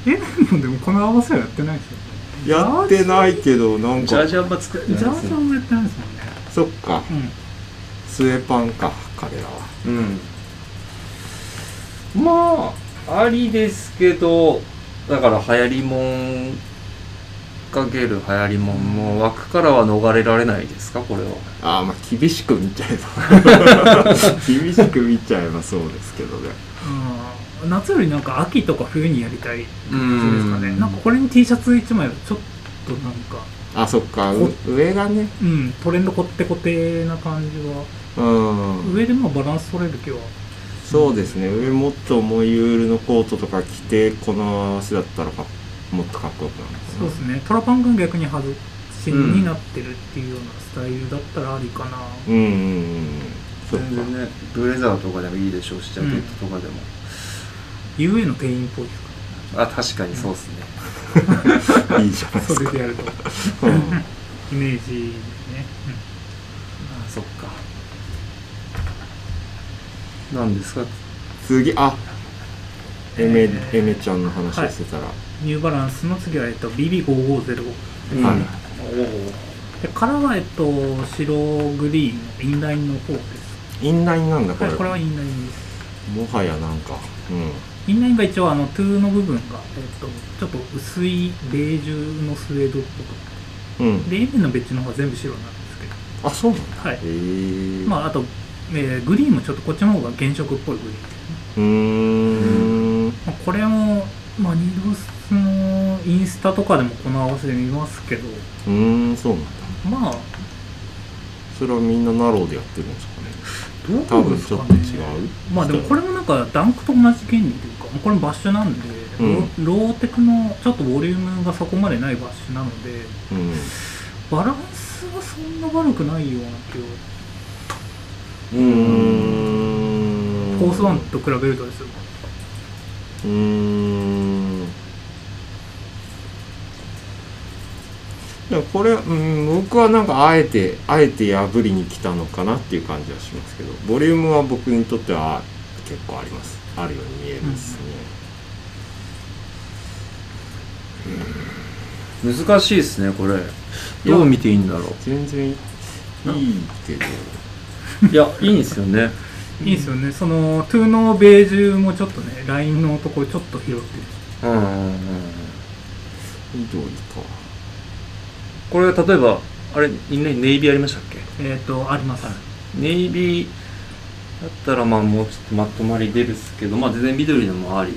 [SPEAKER 3] えでもでもこの合わせはやってないですよね
[SPEAKER 2] やってないけどなん
[SPEAKER 1] ジャー
[SPEAKER 2] か
[SPEAKER 1] ジあんま作ってない
[SPEAKER 3] ジャ
[SPEAKER 1] で
[SPEAKER 3] ー
[SPEAKER 1] す
[SPEAKER 3] ジャ
[SPEAKER 1] ね
[SPEAKER 3] ンもやってないですもんね
[SPEAKER 2] そっか
[SPEAKER 3] うん
[SPEAKER 2] スウェパンか彼らは
[SPEAKER 1] うんまあありですけどだから流行りもんかける流行りもんも枠からは逃れられないですかこれは
[SPEAKER 2] ああまあ厳しく見ちゃえば 厳しく見ちゃえばそうですけどね
[SPEAKER 3] うん夏よりなんか秋とか冬にやりたい感じですかね
[SPEAKER 2] うん
[SPEAKER 3] なんかこれに T シャツ1枚はちょっとなんか
[SPEAKER 2] あそっかう上がね
[SPEAKER 3] うんトレンドこってこてな感じは
[SPEAKER 2] うん
[SPEAKER 3] 上でもバランス取れる気は
[SPEAKER 2] そうですね上もっと重いウールのコートとか着てこの足だったらかもっとかっこよくなるのかな
[SPEAKER 3] そうですねトラパンが逆に外しになってるっていうようなスタイルだったらありかな、
[SPEAKER 2] うんうんうんそっか
[SPEAKER 1] 全然ねブレザーとかでもいいでしょうしジャケットとかでも、
[SPEAKER 3] UA の店員っぽいですか
[SPEAKER 1] あ確かにそうですね、
[SPEAKER 2] いいじゃないです
[SPEAKER 3] それ
[SPEAKER 2] か
[SPEAKER 3] でやると
[SPEAKER 2] うん
[SPEAKER 3] イメージですね、
[SPEAKER 1] あそっかなんですか
[SPEAKER 2] 次あエメ、
[SPEAKER 3] えー
[SPEAKER 2] エメちゃんの話をしてたら、
[SPEAKER 3] うんニューバランスの次は、えっと、BB550
[SPEAKER 1] うん
[SPEAKER 2] はい
[SPEAKER 1] おお
[SPEAKER 3] でカラーは、えっと、白グリーンのインラインの方です
[SPEAKER 2] インラインなんだこ
[SPEAKER 3] は
[SPEAKER 2] れ,、
[SPEAKER 3] いこれはインラインです
[SPEAKER 2] もはやなんかうん
[SPEAKER 3] インラインが一応あのトゥーの部分が、えっと、ちょっと薄いベージュのスウェードっぽく
[SPEAKER 2] うん、
[SPEAKER 3] でエメのベッジの方は全部白なんですけど
[SPEAKER 2] あそうなんだ
[SPEAKER 3] はい
[SPEAKER 2] へえ
[SPEAKER 3] まあ、あと、えーグリーンもちょっとこっちの方が原色っぽいグリーンですね、
[SPEAKER 2] うーん
[SPEAKER 3] まあ、これも、まあ、ニードスのインスタとかでもこの合わせで見ますけど
[SPEAKER 2] うーんそうなんだ
[SPEAKER 3] まあ
[SPEAKER 2] それはみんなナローでやってるんですかね
[SPEAKER 3] ど
[SPEAKER 2] 多
[SPEAKER 3] う
[SPEAKER 2] 分
[SPEAKER 3] です
[SPEAKER 2] ち
[SPEAKER 3] か
[SPEAKER 2] ょ
[SPEAKER 3] ね
[SPEAKER 2] っと違う
[SPEAKER 3] まあでもこれもなんかダンクと同じ原理というかもうこれもバッシュなんで、
[SPEAKER 2] うん
[SPEAKER 3] ロローテクのちょっとボリュームがそこまでないバッシュなので
[SPEAKER 2] うん
[SPEAKER 3] バランスはそんな悪くないような気を
[SPEAKER 1] う
[SPEAKER 2] う
[SPEAKER 1] ーん
[SPEAKER 2] ーん
[SPEAKER 3] コースワンと比べるとですよ
[SPEAKER 2] うーんでもこれ、うん、僕はなんかあえてあえて破りに来たのかなっていう感じはしますけどボリュームは僕にとっては結構ありますあるように見えますね、
[SPEAKER 1] 難しいですねこれどう見ていいんだろ
[SPEAKER 2] 全然いいけど
[SPEAKER 1] ういやいいんですよね
[SPEAKER 3] いいですよねそのトゥーのベージュもちょっとねラインのところちょっと拾ってる
[SPEAKER 1] うんうんうん
[SPEAKER 2] 緑か
[SPEAKER 1] これ例えばあれみんなにネイビーありましたっけ
[SPEAKER 3] えっ、とあります、
[SPEAKER 1] ネイビーだったらまあもうちょっとまとまり出るっすけどまあ全然緑のもあり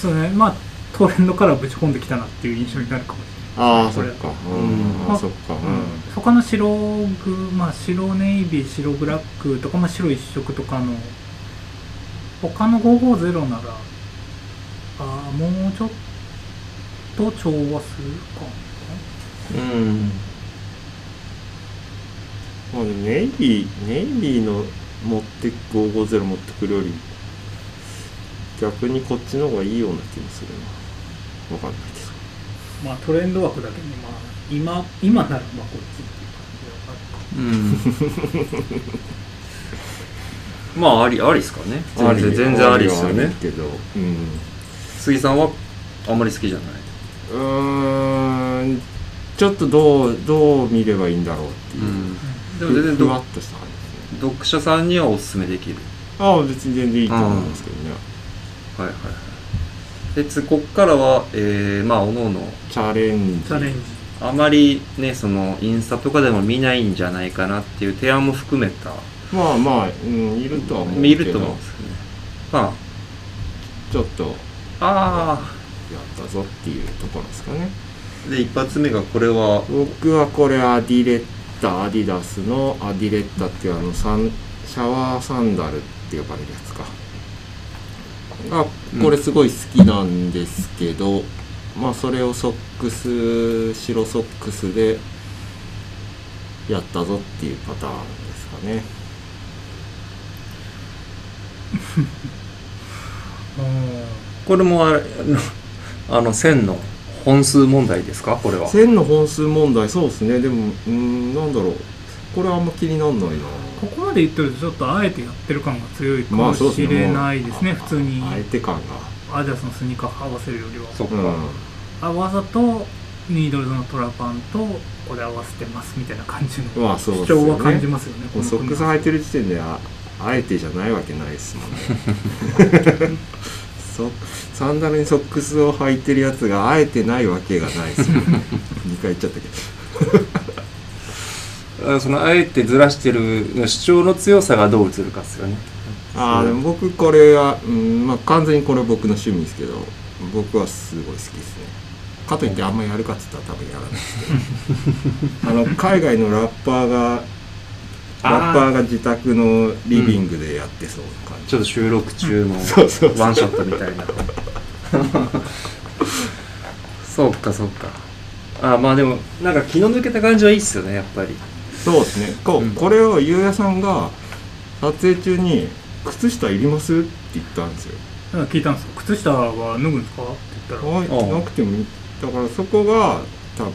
[SPEAKER 3] そうねまあトレンドからぶち込んできたなっていう印象になるかもし
[SPEAKER 2] ああ
[SPEAKER 3] こ
[SPEAKER 2] そ
[SPEAKER 3] れ
[SPEAKER 2] っか
[SPEAKER 1] う
[SPEAKER 2] うんんあそっかう
[SPEAKER 3] れない、
[SPEAKER 2] ん
[SPEAKER 3] 他の白グまあ白ネイビー白ブラックとか、まあ、白一色とかの他の550ならあーもうちょっと調和するか
[SPEAKER 1] うん
[SPEAKER 2] まあ、ネイビーネイビーの持って550持ってくるより逆にこっちの方がいいような気もするなわかんないけど
[SPEAKER 3] なまあトレンド枠だけにまあ今今ならまあこっちっていう感じがあるか
[SPEAKER 1] うん まあありありっすかね全然全然ありっすよ
[SPEAKER 2] あり
[SPEAKER 1] ね
[SPEAKER 2] けどうん
[SPEAKER 1] 杉さんはあんまり好きじゃないう
[SPEAKER 2] ーんちょっとどうどう見ればいいんだろうっていう、
[SPEAKER 1] でも全然
[SPEAKER 2] ふ
[SPEAKER 1] ど
[SPEAKER 2] わっとした感じですね
[SPEAKER 1] 読者さんにはおすすめできる
[SPEAKER 2] ああ別に全然いいと思うんですけどね、
[SPEAKER 1] はいはいはいでつこっからはえー、まあおのおの
[SPEAKER 2] チャレンジ
[SPEAKER 3] チャレンジ
[SPEAKER 1] あまりねそのインスタとかでも見ないんじゃないかなっていう提案も含めた
[SPEAKER 2] まあまあ、うん、いるとは思うけど
[SPEAKER 1] 見ると思うんですけどねま
[SPEAKER 2] ちょっとや
[SPEAKER 1] ああ
[SPEAKER 2] ったぞっていうところですかね
[SPEAKER 1] あで一発目がこれは
[SPEAKER 2] 僕はこれアディレッタアディダスのアディレッタっていうあのサンシャワーサンダルって呼ばれるやつかが
[SPEAKER 1] うん
[SPEAKER 2] これすごい好きなんですけど、まあそれをソックス白ソックスでやったぞっていうパターンですかね
[SPEAKER 3] うん
[SPEAKER 1] これもあれあのあ の線の本数問題ですかこれは
[SPEAKER 2] 線の本数問題そうですねでもうーんなんだろうこれはあんま気になんないな
[SPEAKER 3] ここまで言ってるとちょっとあえてやってる感が強いかも
[SPEAKER 2] そうっす
[SPEAKER 3] し
[SPEAKER 2] ね
[SPEAKER 3] れ
[SPEAKER 2] もう
[SPEAKER 3] ないですね,、
[SPEAKER 2] あ
[SPEAKER 3] 普通に
[SPEAKER 2] あえて感が
[SPEAKER 3] アディダスのスニーカー合わせるよりは
[SPEAKER 1] そっか、
[SPEAKER 3] あわざとニードルズのトラパンとこれ合わせてますみたいな感じの
[SPEAKER 2] まあそう
[SPEAKER 3] 主
[SPEAKER 2] ですよ
[SPEAKER 3] 張
[SPEAKER 2] ね
[SPEAKER 3] は感じますよね
[SPEAKER 2] もうソック ス履いてる時点でああえてじゃないわけないですもんねそサンダルにソックスを履いてるやつがあえてないわけがないですよ ね2回言っちゃったけど
[SPEAKER 1] あそのあえてずらしてる主張の強さがどう映るかですよね
[SPEAKER 2] ああでも僕これは、うんまあ、完全にこれ僕の趣味ですけど僕はすごい好きですねかといってあんまやるかっつったら多分やらないです けどあの海外のラッパーが
[SPEAKER 1] あー
[SPEAKER 2] ラッパーが自宅のリビングでやってそうな感
[SPEAKER 1] ち
[SPEAKER 2] じ、
[SPEAKER 1] ょっと収録中 の
[SPEAKER 2] そうそうそう
[SPEAKER 1] ワンショットみたいな そうかそうかあまあでもなんか気の抜けた感じはいいっすよねやっぱり
[SPEAKER 2] そうですねこ,、う
[SPEAKER 1] うん
[SPEAKER 2] これをゆうやさんが撮影中に「靴下いります?」って言ったんですよ
[SPEAKER 3] なんか聞いたんですよ靴下は脱ぐんですかって言ったら
[SPEAKER 2] はいなくてもいいだからそこが多分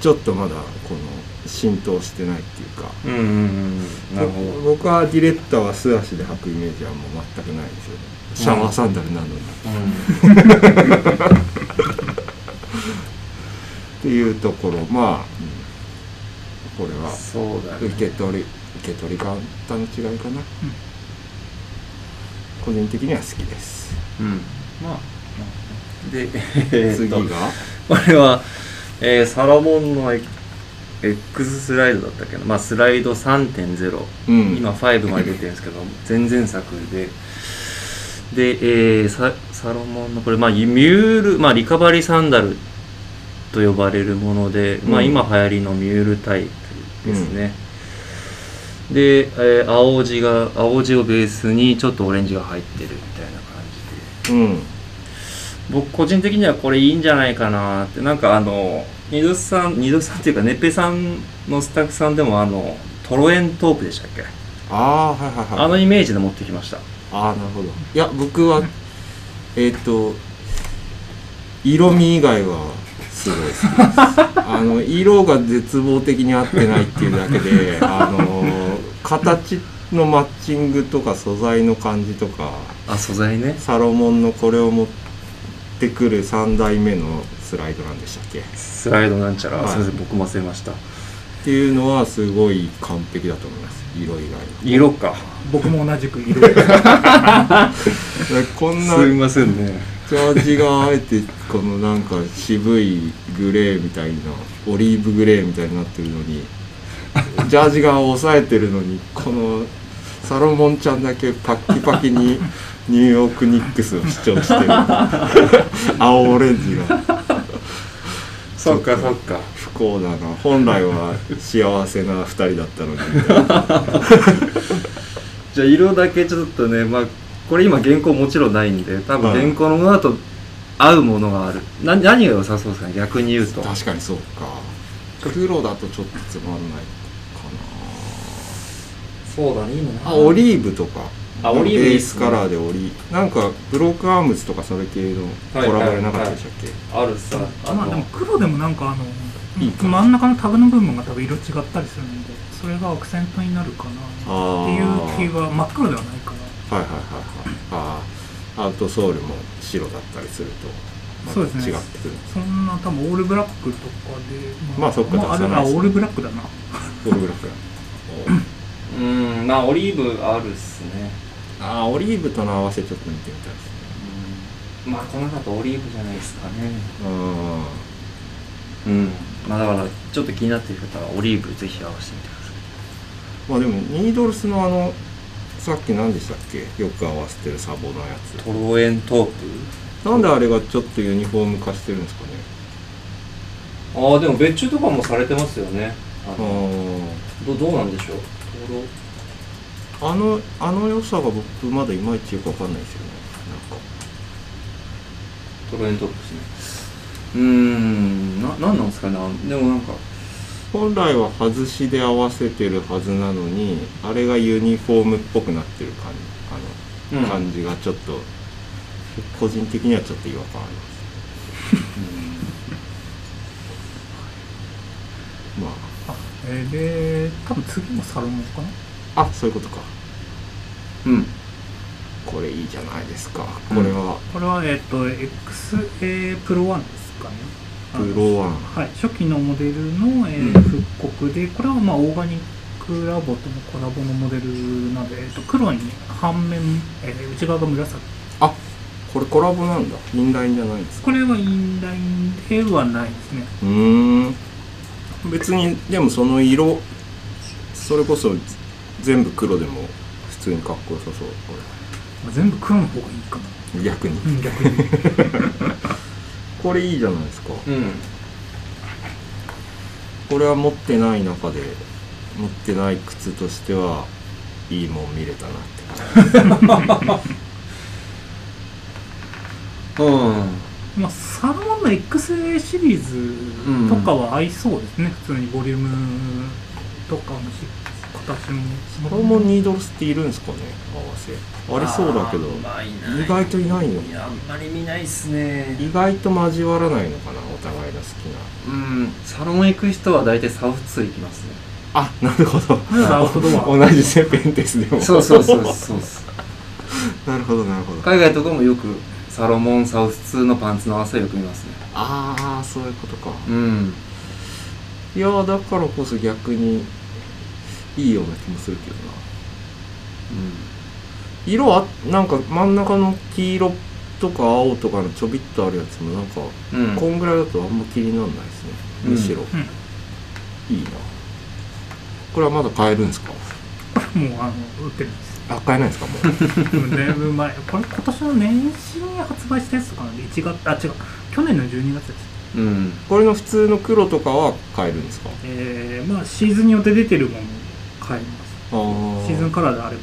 [SPEAKER 2] ちょっとまだこの浸透してないっていうか
[SPEAKER 1] うんうんうんなるほど、
[SPEAKER 2] 僕はディレッターは素足で履くイメージはもう全くないですよねシャワーサンダルなのに、っ
[SPEAKER 1] う
[SPEAKER 2] ていうところまあ、うんこれ
[SPEAKER 1] ん、
[SPEAKER 2] は
[SPEAKER 1] そうだね
[SPEAKER 2] 受け取り受け取り方の違いかな、個人的には好きです、
[SPEAKER 1] うんまあ で、え
[SPEAKER 2] 次
[SPEAKER 1] ー、
[SPEAKER 2] が
[SPEAKER 1] とこれは、えーサロモンのエ X スライドだったっけな、まあ、スライド3.0、
[SPEAKER 2] うん
[SPEAKER 1] 今5まで出てるんですけど前々作でで、えーササロモンのこれ、まあ、ミュール、まあ、リカバリーサンダルと呼ばれるもので、まあ、
[SPEAKER 2] うん
[SPEAKER 1] 今流行りのミュールタイプですね、で、えー青地が青地をベースにちょっとオレンジが入ってるみたいな感じで
[SPEAKER 2] うん
[SPEAKER 1] 僕個人的にはこれいいんじゃないかなってなんかあの二度さん二度さんっていうかねっぺさんのスタッフさんでもあのトロエントープでしたっけ
[SPEAKER 2] ああーはいはいはい
[SPEAKER 1] あのイメージで持ってきました
[SPEAKER 2] ああなるほどいや僕はえっ、と色味以外はすごい好 きですあの色が絶望的に合ってないっていうだけ であの形のマッチングとか素材の感じとか
[SPEAKER 1] あ素材ね
[SPEAKER 2] サロモンのこれを持ってくる3代目のスライドなんでしたっけっ
[SPEAKER 1] スライドなんちゃら、
[SPEAKER 2] はい
[SPEAKER 1] すいません僕も忘れました
[SPEAKER 2] ていうのはすごい完璧だと思います色以外は
[SPEAKER 1] 色か
[SPEAKER 3] 僕も同じく 色々
[SPEAKER 2] でこん な
[SPEAKER 1] すいませんね
[SPEAKER 2] ジャージがあえてこのなんか渋いグレーみたいなオリーブグレーみたいになってるの にジャージが抑えてるのにこのサロモンちゃんだけパッキパキにニューヨークニックスを主張してる 青オレンジが
[SPEAKER 1] そっか
[SPEAKER 2] そ
[SPEAKER 1] そ
[SPEAKER 2] っ
[SPEAKER 1] っか
[SPEAKER 2] 不幸だな本来は幸せな2人だったのにみたいな
[SPEAKER 1] じゃあ色だけちょっとねまあこれ今原稿もちろんないんで多分
[SPEAKER 2] はい
[SPEAKER 1] 原稿のものだと合うものがある、な何が良さそうですかね逆に言うと
[SPEAKER 2] 確かにそうか黒だとちょっとつまんないかな
[SPEAKER 1] そうだねいいの
[SPEAKER 2] あオリーブとか
[SPEAKER 1] あオリーブ
[SPEAKER 2] ベ
[SPEAKER 1] いい
[SPEAKER 2] ー
[SPEAKER 1] っ
[SPEAKER 2] ス
[SPEAKER 1] すね
[SPEAKER 2] カラーでオリーブなんかブロックアームズとかそれ系のコラボでなかったでしたっけ、
[SPEAKER 1] あるさあ
[SPEAKER 3] まあ
[SPEAKER 1] の
[SPEAKER 3] でも黒でもなんかあの
[SPEAKER 2] いいか
[SPEAKER 3] 真ん中のタブの部分が多分色違ったりするんでそれがアクセントになるかなって
[SPEAKER 2] あー
[SPEAKER 3] いう気は真っ黒ではないかな
[SPEAKER 2] はいはいはいはいあーアウトソールも白だったりするとまた
[SPEAKER 3] そうですね
[SPEAKER 2] 違ってくる
[SPEAKER 3] そんな多分オールブラックとかで
[SPEAKER 2] まあそっか
[SPEAKER 3] あ
[SPEAKER 2] 出さ
[SPEAKER 3] れ
[SPEAKER 2] ない
[SPEAKER 3] は
[SPEAKER 2] ですね
[SPEAKER 3] オールブラックだな
[SPEAKER 2] フォルグラフ
[SPEAKER 1] うんまあオリーブあるっすね、
[SPEAKER 2] ああオリーブとの合わせちょっと見てみたいですね
[SPEAKER 1] うん、まあこの方オリーブじゃないですかね
[SPEAKER 2] うん
[SPEAKER 1] うんまあだからちょっと気になっている方はオリーブぜひ合わせてみてくださ
[SPEAKER 2] まあでもニードルスのあのさっき何でしたっけよく合わせてるサボのや
[SPEAKER 1] いトロエントープ
[SPEAKER 2] つなんであれがちょっとユニフォーム化してるんですかね
[SPEAKER 1] ああでも別注とかもされてますよねあ
[SPEAKER 2] あ
[SPEAKER 1] の
[SPEAKER 2] ー
[SPEAKER 1] どどうなんでしょうトロ
[SPEAKER 2] あのあの良さが僕まだいまいちよくわかんないですよねなんか
[SPEAKER 1] トロエントープですねうーんななんなんですかねあでもなんか
[SPEAKER 2] 本来は外しで合わせてるはずなのにあれがユニフォームっぽくなってる感じあの、
[SPEAKER 1] うん
[SPEAKER 2] 感じがちょっと個人的にはちょっと違和感ありますま
[SPEAKER 3] あえーで多分次もサロモンかな
[SPEAKER 2] ああそういうことか
[SPEAKER 1] うん
[SPEAKER 2] これいいじゃないですか
[SPEAKER 1] う
[SPEAKER 2] こ
[SPEAKER 1] ん
[SPEAKER 2] れは
[SPEAKER 3] これはえっ、と XA プロ1ですかねあの
[SPEAKER 2] プロワン
[SPEAKER 3] はい、初期のモデルの、えー
[SPEAKER 1] うん
[SPEAKER 3] 復刻でこれはまあオーガニックラボとのコラボのモデルなので、えっと黒に半面、えー内側が紫
[SPEAKER 2] あこれコラボなんだインラインじゃないんですか
[SPEAKER 3] これはインラインではないですね
[SPEAKER 2] うーん別にでもその色それこそ全部黒でも普通にかっこよさそうこ
[SPEAKER 3] まあ全部黒の方がいいかな
[SPEAKER 2] れ逆に
[SPEAKER 3] うん逆に
[SPEAKER 2] これいいじゃないですか
[SPEAKER 1] うん
[SPEAKER 2] これは持ってない中で持ってない靴としてはいいもん見れたなって感じ
[SPEAKER 1] うん
[SPEAKER 3] まあサロンの XA シリーズとかは合いそうですね、普通にボリュームとかのし形も
[SPEAKER 2] サロモンニードルスっているんですかね合わせありそうだけど
[SPEAKER 1] あーまあいない
[SPEAKER 2] 意外といないの
[SPEAKER 1] いやあんまり見ないっすね
[SPEAKER 2] 意外と交わらないのかなお互いの好きな
[SPEAKER 1] うんサロン行く人は大体サウス行きますね
[SPEAKER 2] あなるほど
[SPEAKER 3] まだアウトドア
[SPEAKER 2] 同じセペンテスでも
[SPEAKER 1] そうそうそうそうっす
[SPEAKER 2] なるほどなるほど
[SPEAKER 1] 海外とかもよくサロモンサウス2のパンツの合わせよく見ますね
[SPEAKER 2] ああそういうことか
[SPEAKER 1] うん
[SPEAKER 2] いやーだからこそ逆にいいような気もするけどな色あなんか真ん中の黄色とか青とかのちょびっとあるやつもなんか、
[SPEAKER 1] うん、うん、
[SPEAKER 2] こんぐらいだとあんま気にならないですね
[SPEAKER 1] うん
[SPEAKER 2] むしろ、
[SPEAKER 3] うん
[SPEAKER 2] いいなこれはまだ買えるんですか
[SPEAKER 3] もうあの売ってるんです
[SPEAKER 2] あ買えないんですかもう
[SPEAKER 3] でもだいぶ前これ今年の年始に発売したやつとかなんで1月あ違う去年の12月です
[SPEAKER 1] うん
[SPEAKER 2] これの普通の黒とかは買えるんですか
[SPEAKER 3] えー、まあシーズンによって出てるものを買います
[SPEAKER 2] あー
[SPEAKER 3] シーズンカラーであれば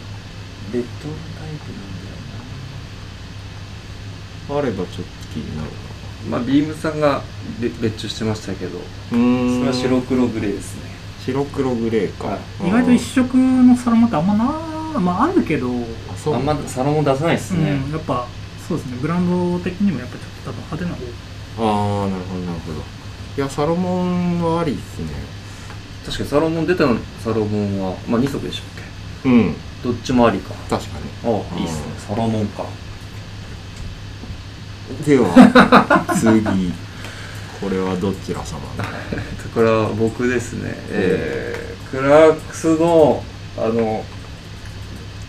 [SPEAKER 1] レッドタイプなん
[SPEAKER 2] あればちょっと気になる
[SPEAKER 1] だよなま
[SPEAKER 2] な
[SPEAKER 1] あビームさんがべ別注してましたけど
[SPEAKER 2] うーん
[SPEAKER 1] それは白黒グレーですね
[SPEAKER 2] 白黒グレーか、
[SPEAKER 1] はい
[SPEAKER 2] あー
[SPEAKER 3] 意外と一色のサロマってあんまなまああるけど
[SPEAKER 2] あそう
[SPEAKER 1] あんまサロモン出さないっすね、
[SPEAKER 3] うん、やっぱそうですねブランド的にもやっぱちょっと多分派手な方
[SPEAKER 2] ああなるほどなるほどいやサロモンはありっすね
[SPEAKER 1] 確かにサロモン出たのサロモンは、まあ、2足でしたっ
[SPEAKER 2] うん
[SPEAKER 1] けどっちもありか
[SPEAKER 2] 確か
[SPEAKER 1] あ
[SPEAKER 2] に
[SPEAKER 1] あいいっすね
[SPEAKER 2] う
[SPEAKER 1] サ
[SPEAKER 2] ん
[SPEAKER 1] ロモンか
[SPEAKER 2] では 次これはどちら様だ
[SPEAKER 1] これは僕ですね、えー、クラークスのあの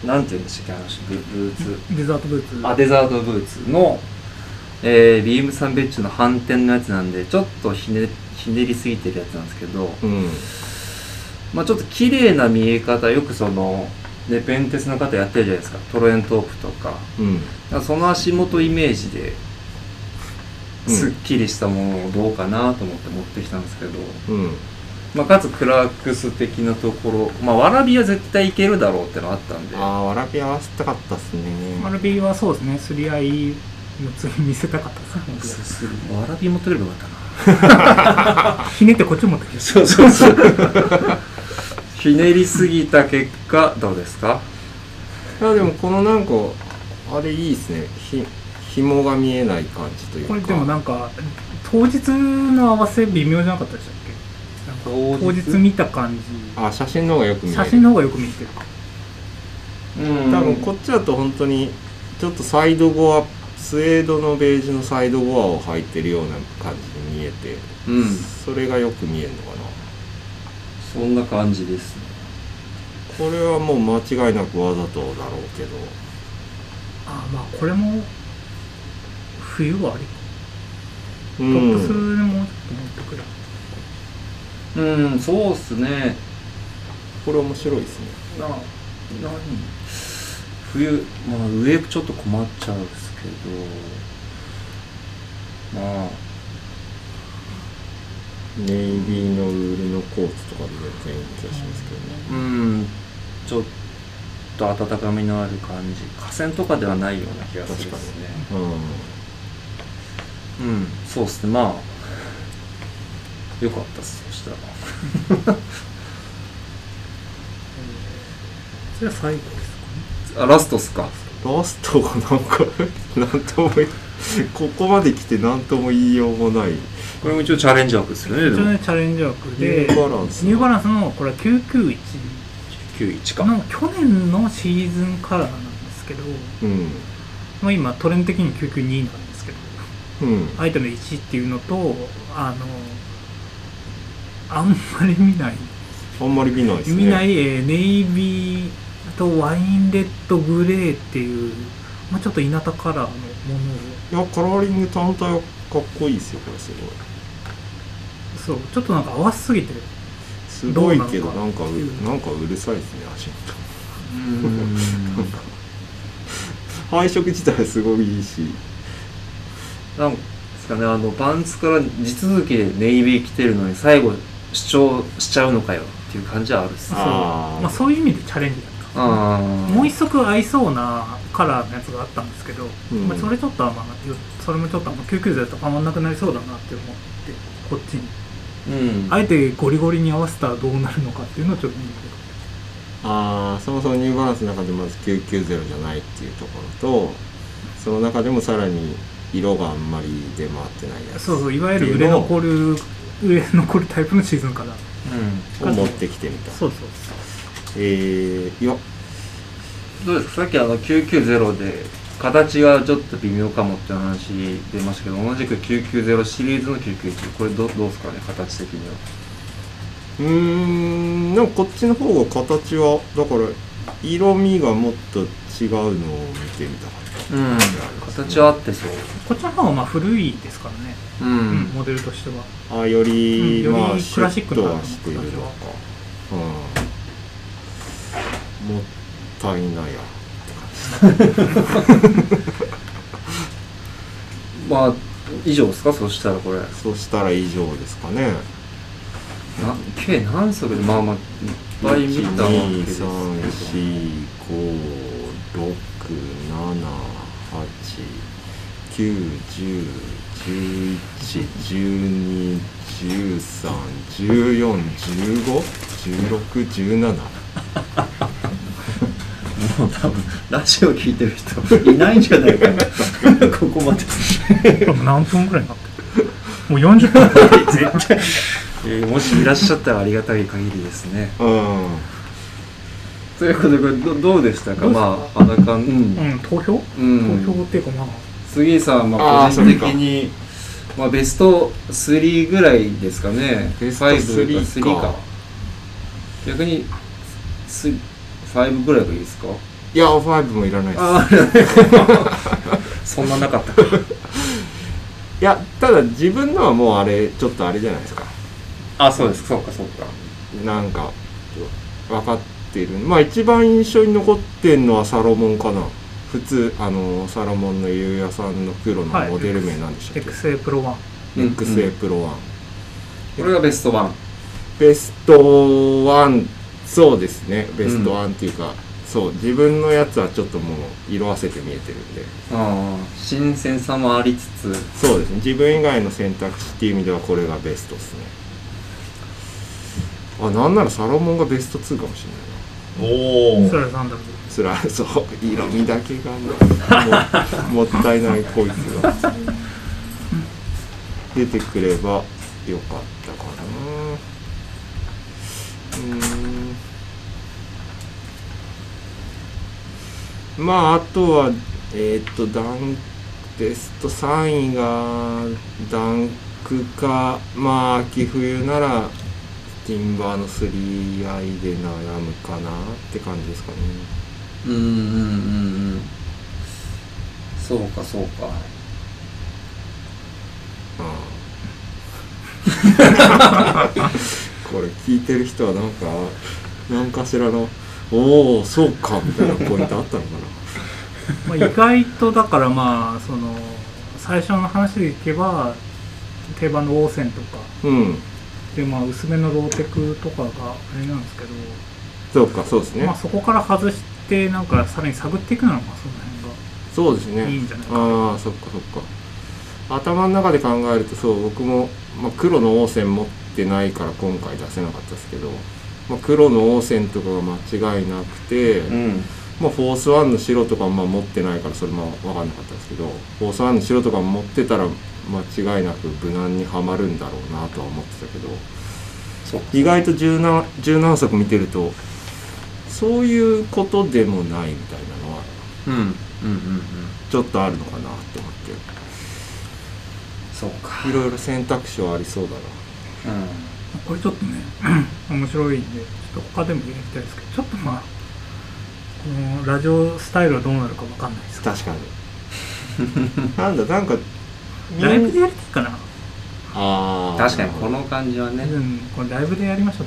[SPEAKER 1] なんて言うんでしたっけあのブブーツ
[SPEAKER 3] デザートブーツ
[SPEAKER 1] あデザートブーツの、えー、ビームサンベッチュの反転のやつなんでちょっとひねひねりすぎてるやつなんですけど、
[SPEAKER 2] うん
[SPEAKER 1] まあ、ちょっと綺麗な見え方よくそのねペンテスの方やってるじゃないですかトロエントープとか
[SPEAKER 2] うん
[SPEAKER 1] だからその足元イメージで
[SPEAKER 2] うん
[SPEAKER 1] すっきりしたものをどうかなと思って持ってきたんですけど、
[SPEAKER 2] うん
[SPEAKER 1] まあ、かつクラークス的なところ、まあ、わらびは絶対いけるだろうってのあったんで
[SPEAKER 2] ああわらび合わせたかったっすね
[SPEAKER 3] マルビーはそうですねすり合い6つ見せたかったですね
[SPEAKER 1] すすわらび持ってくればよかったな
[SPEAKER 3] ひねってこっちも持ってきまし
[SPEAKER 1] そうそうそうひねりすぎた結果どうですか
[SPEAKER 2] いやでもこのなんかあれいいっすねひ紐が見えない感じという
[SPEAKER 3] た
[SPEAKER 2] か
[SPEAKER 3] これでもなんか当日の合わせ微妙じゃなかったでしたっけなんか
[SPEAKER 1] 当
[SPEAKER 3] 当
[SPEAKER 1] 日
[SPEAKER 3] 日見た感
[SPEAKER 2] あ写真の方がよく見
[SPEAKER 3] じ
[SPEAKER 2] える
[SPEAKER 3] 写真の方がよく見えてる
[SPEAKER 1] うん
[SPEAKER 2] 多分こっちだと本当にちょっとサイドゴアスウェードのベージュのサイドゴアを履いてるような感じに見えて、
[SPEAKER 1] うん
[SPEAKER 2] それがよく見えるのかな
[SPEAKER 1] そんな感じですね
[SPEAKER 2] これはもう間違いなくわざとだろうけど
[SPEAKER 3] ああまあこれも冬はあり
[SPEAKER 2] う
[SPEAKER 3] トップスで
[SPEAKER 2] ん
[SPEAKER 3] もうちょっと持ってくる、
[SPEAKER 1] うんそうっすね
[SPEAKER 2] これ面白いですね
[SPEAKER 1] な何冬まあ上ちょっと困っちゃうんですけどまあ
[SPEAKER 2] ネイビーのウールのコーツとかで全然いい気がしますけどね
[SPEAKER 1] うんちょっと温かみのある感じ河川とかではないような気がするですね
[SPEAKER 2] う
[SPEAKER 1] うんそうっすねまあよかったっすそしたら
[SPEAKER 3] それは最後ですかね
[SPEAKER 1] あラストっすか
[SPEAKER 2] んラストがなんかなんとも言い ここまで来て何とも言いようもない
[SPEAKER 1] これも一応チャレンジ枠ですよねで
[SPEAKER 3] 一応
[SPEAKER 1] も
[SPEAKER 3] ねチャレンジ枠
[SPEAKER 2] ニ
[SPEAKER 3] で
[SPEAKER 2] ューバランスの
[SPEAKER 3] ニューバランスのこれは991
[SPEAKER 1] 91か
[SPEAKER 3] の去年のシーズンカラーなんですけど、
[SPEAKER 2] うん
[SPEAKER 3] まあ、今トレンド的に992なんですけど
[SPEAKER 2] うん
[SPEAKER 3] アイテム1っていうのとあのあんまり見ない、
[SPEAKER 2] あんまり見ないですね
[SPEAKER 3] 見ない、えーネイビーとワインレッドグレーっていうまあ、ちょっと稲田カラーのもの
[SPEAKER 2] い
[SPEAKER 3] を
[SPEAKER 2] やカラーリング単体はかっこいいですよこれすごい
[SPEAKER 3] そうちょっとなんか合わせすぎて
[SPEAKER 2] すごいけど
[SPEAKER 3] どう
[SPEAKER 2] な
[SPEAKER 3] なんのか
[SPEAKER 2] かうなんかうるさいですね足元 なんか配色自体すごいいいし
[SPEAKER 1] なんですかねあのパンツから地続きでネイビー着てるのに最後主張しちゃうのかよっていう感じはあるっす
[SPEAKER 3] そう
[SPEAKER 1] ね
[SPEAKER 2] あー
[SPEAKER 3] まあ、そういう意味でチャレンジだった
[SPEAKER 1] あ
[SPEAKER 3] もう一足合いそうなカラーのやつがあったんですけど、
[SPEAKER 2] うん
[SPEAKER 3] まあ、それちょっとはまあよそれもちょっとあんま990だとはまんなくなりそうだなって思ってこっちに
[SPEAKER 1] うん
[SPEAKER 3] あえてゴリゴリに合わせたらどうなるのかっていうのをちょっと見て
[SPEAKER 2] あーそもそもニューバランスの中でまず990じゃないっていうところとその中でもさらに色があんまり出回ってないやつ
[SPEAKER 3] そうそういわゆる売れ残る売れ残るタイプのシーズンから
[SPEAKER 2] を持ってきてみた
[SPEAKER 3] そうそう
[SPEAKER 2] えー、いや
[SPEAKER 1] どうですかさっきあの990で形がちょっと微妙かもって話出ましたけど同じく990シリーズの991これどどうですかね形的には
[SPEAKER 2] うーんなんかこっちの方が形はだから色味がもっと違うのを見てみたかった
[SPEAKER 1] うん形は合ってそう
[SPEAKER 3] こっちの方がまあ古いですからね、
[SPEAKER 1] う
[SPEAKER 3] うん
[SPEAKER 1] ん
[SPEAKER 3] モデルとしては
[SPEAKER 2] あより、
[SPEAKER 3] うんより
[SPEAKER 2] まあ
[SPEAKER 3] クラシッ
[SPEAKER 2] シュッ
[SPEAKER 3] クな
[SPEAKER 2] とはしているのかうんもったいないや
[SPEAKER 1] まあ以上ですかそしたらこれな
[SPEAKER 2] そしたら以上ですかね
[SPEAKER 1] 計何足でまあまあいっぱい見たわけですけど
[SPEAKER 2] 1234567891011121314151617
[SPEAKER 1] もう多分ラジオ聞いてる人いないんじゃないか なここまで
[SPEAKER 3] 何分ぐらいになってもう40分
[SPEAKER 1] 絶対、えーもしいらっしゃったらありがたい限りですね
[SPEAKER 2] うん
[SPEAKER 1] ということでこれどどうでしたか
[SPEAKER 3] どうですか
[SPEAKER 1] まああかうん
[SPEAKER 3] うん投票、
[SPEAKER 1] うん
[SPEAKER 3] 投票っていうかまあ
[SPEAKER 1] 杉井さんはまあ
[SPEAKER 2] あー
[SPEAKER 1] 個人的にまあ、ベスト3ぐらいですかね
[SPEAKER 2] ベスト
[SPEAKER 1] 5
[SPEAKER 2] 3か
[SPEAKER 1] 逆にす5ぐらいがいいですか
[SPEAKER 2] いや5もいらないです
[SPEAKER 1] あー そんななかったか
[SPEAKER 2] いやただ自分のはもうあれちょっとあれじゃないですか
[SPEAKER 1] あそうですそうかそうか
[SPEAKER 2] なんか分かってるまあ一番印象に残ってんのはサロモンかな普通あのサロモンのゆうやさんの黒の
[SPEAKER 3] はい
[SPEAKER 2] モデル名なんでしたっけ、
[SPEAKER 3] XA プロ1
[SPEAKER 2] XA プロ1、
[SPEAKER 1] これがベストワン
[SPEAKER 2] ベスト1そうですねベスト1っていうか、そう自分のやつはちょっともう色あせて見えてるんで
[SPEAKER 1] あー新鮮さもありつつ
[SPEAKER 2] そうですね自分以外の選択肢っていう意味ではこれがベストですねあなんならサロモンがベスト2かもしれないな
[SPEAKER 1] お
[SPEAKER 3] それはサンダルズ
[SPEAKER 2] つらそう色味だけがなももったいないこいつが出てくればよかったかなうーんまああとはえーっとダンベスト3位がダンクかまあ秋冬ならティンバーの 3i で悩むかなって感じですかね
[SPEAKER 1] うんうんうんうんそうかそうか
[SPEAKER 2] ああ これ聞いてる人はなんか何かしらの「おおそうか」みたいなポイントあったのか
[SPEAKER 3] まあ、意外とだからまあその最初の話でいけば定番のオーセンとか
[SPEAKER 2] なうん
[SPEAKER 3] でまあ薄めのローテクとかがあれなんですけど、
[SPEAKER 2] そうかそうですね
[SPEAKER 3] まあ、そこから外してなんかさらに探っていくのがその辺が
[SPEAKER 2] そうですね
[SPEAKER 3] いいんじゃないか
[SPEAKER 2] ああそっかそっか頭の中で考えるとそう僕も、まあ、黒の王線持ってないから今回出せなかったですけど、まあ、黒の王線とかが間違いなくて、
[SPEAKER 1] うん
[SPEAKER 2] まあ、フォースワンの白とかまあ持ってないからそれも分かんなかったですけどフォースワンの白とか持ってたら間違いなく無難にはまるんだろうなとは思ってたけど
[SPEAKER 1] そうか
[SPEAKER 2] 意外と柔軟柔軟足見てるとそういうことでもないみたいなのは
[SPEAKER 1] うんうんうんうん
[SPEAKER 2] ちょっとあるのかなって思っ
[SPEAKER 1] そうか
[SPEAKER 2] ていろいろ選択肢はありそうだな
[SPEAKER 1] う
[SPEAKER 3] こ れちょっとね面白いんでちょっと他でも入れていきたいですけどちょっとまあもうラジオスタイルはどうなるかわかんないですけど
[SPEAKER 2] 確かに なんだなんかみん
[SPEAKER 3] ライブでやりたいかな、
[SPEAKER 2] あー
[SPEAKER 1] 確かにこの感じはね、
[SPEAKER 3] うん、これライブでやりましょう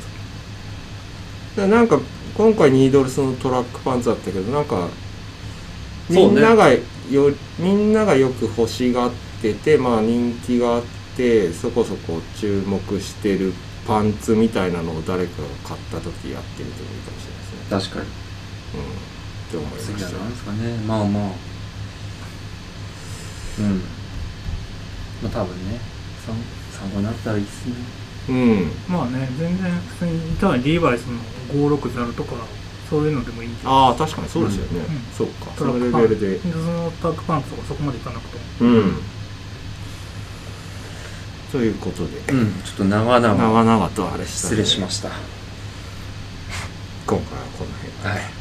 [SPEAKER 2] だなんか今回ニードルスのトラックパンツだったけどなんかみ
[SPEAKER 4] そうんね
[SPEAKER 2] ながよ、みんながよく欲しがっててまあ人気があってそこそこ注目してるパンツみたいなのを誰かが買った時やってみてもいいかもしれないです
[SPEAKER 1] 確
[SPEAKER 2] ね。
[SPEAKER 1] かに
[SPEAKER 2] うん、って思いま
[SPEAKER 1] 次は
[SPEAKER 2] した。
[SPEAKER 1] 何ですかねまあまあうんまあ多分ね参参考になったらいいっすね
[SPEAKER 2] うん。
[SPEAKER 3] まあね全然普通に多分リーバイスの560とかそういうのでもいいんじゃない
[SPEAKER 2] ああ確かにそうですよね。
[SPEAKER 3] ん
[SPEAKER 2] そうか。そ
[SPEAKER 3] トラ
[SPEAKER 2] の
[SPEAKER 3] ッ
[SPEAKER 2] レ
[SPEAKER 3] クパン
[SPEAKER 2] ベル
[SPEAKER 3] ツ
[SPEAKER 2] で。
[SPEAKER 3] そのトラックパンツとかそこまでいかなくても
[SPEAKER 2] うん。ということで、
[SPEAKER 1] うんちょっと長々
[SPEAKER 2] 長々とあれした
[SPEAKER 1] 失礼しました
[SPEAKER 2] た。今回はこの辺で。
[SPEAKER 1] はい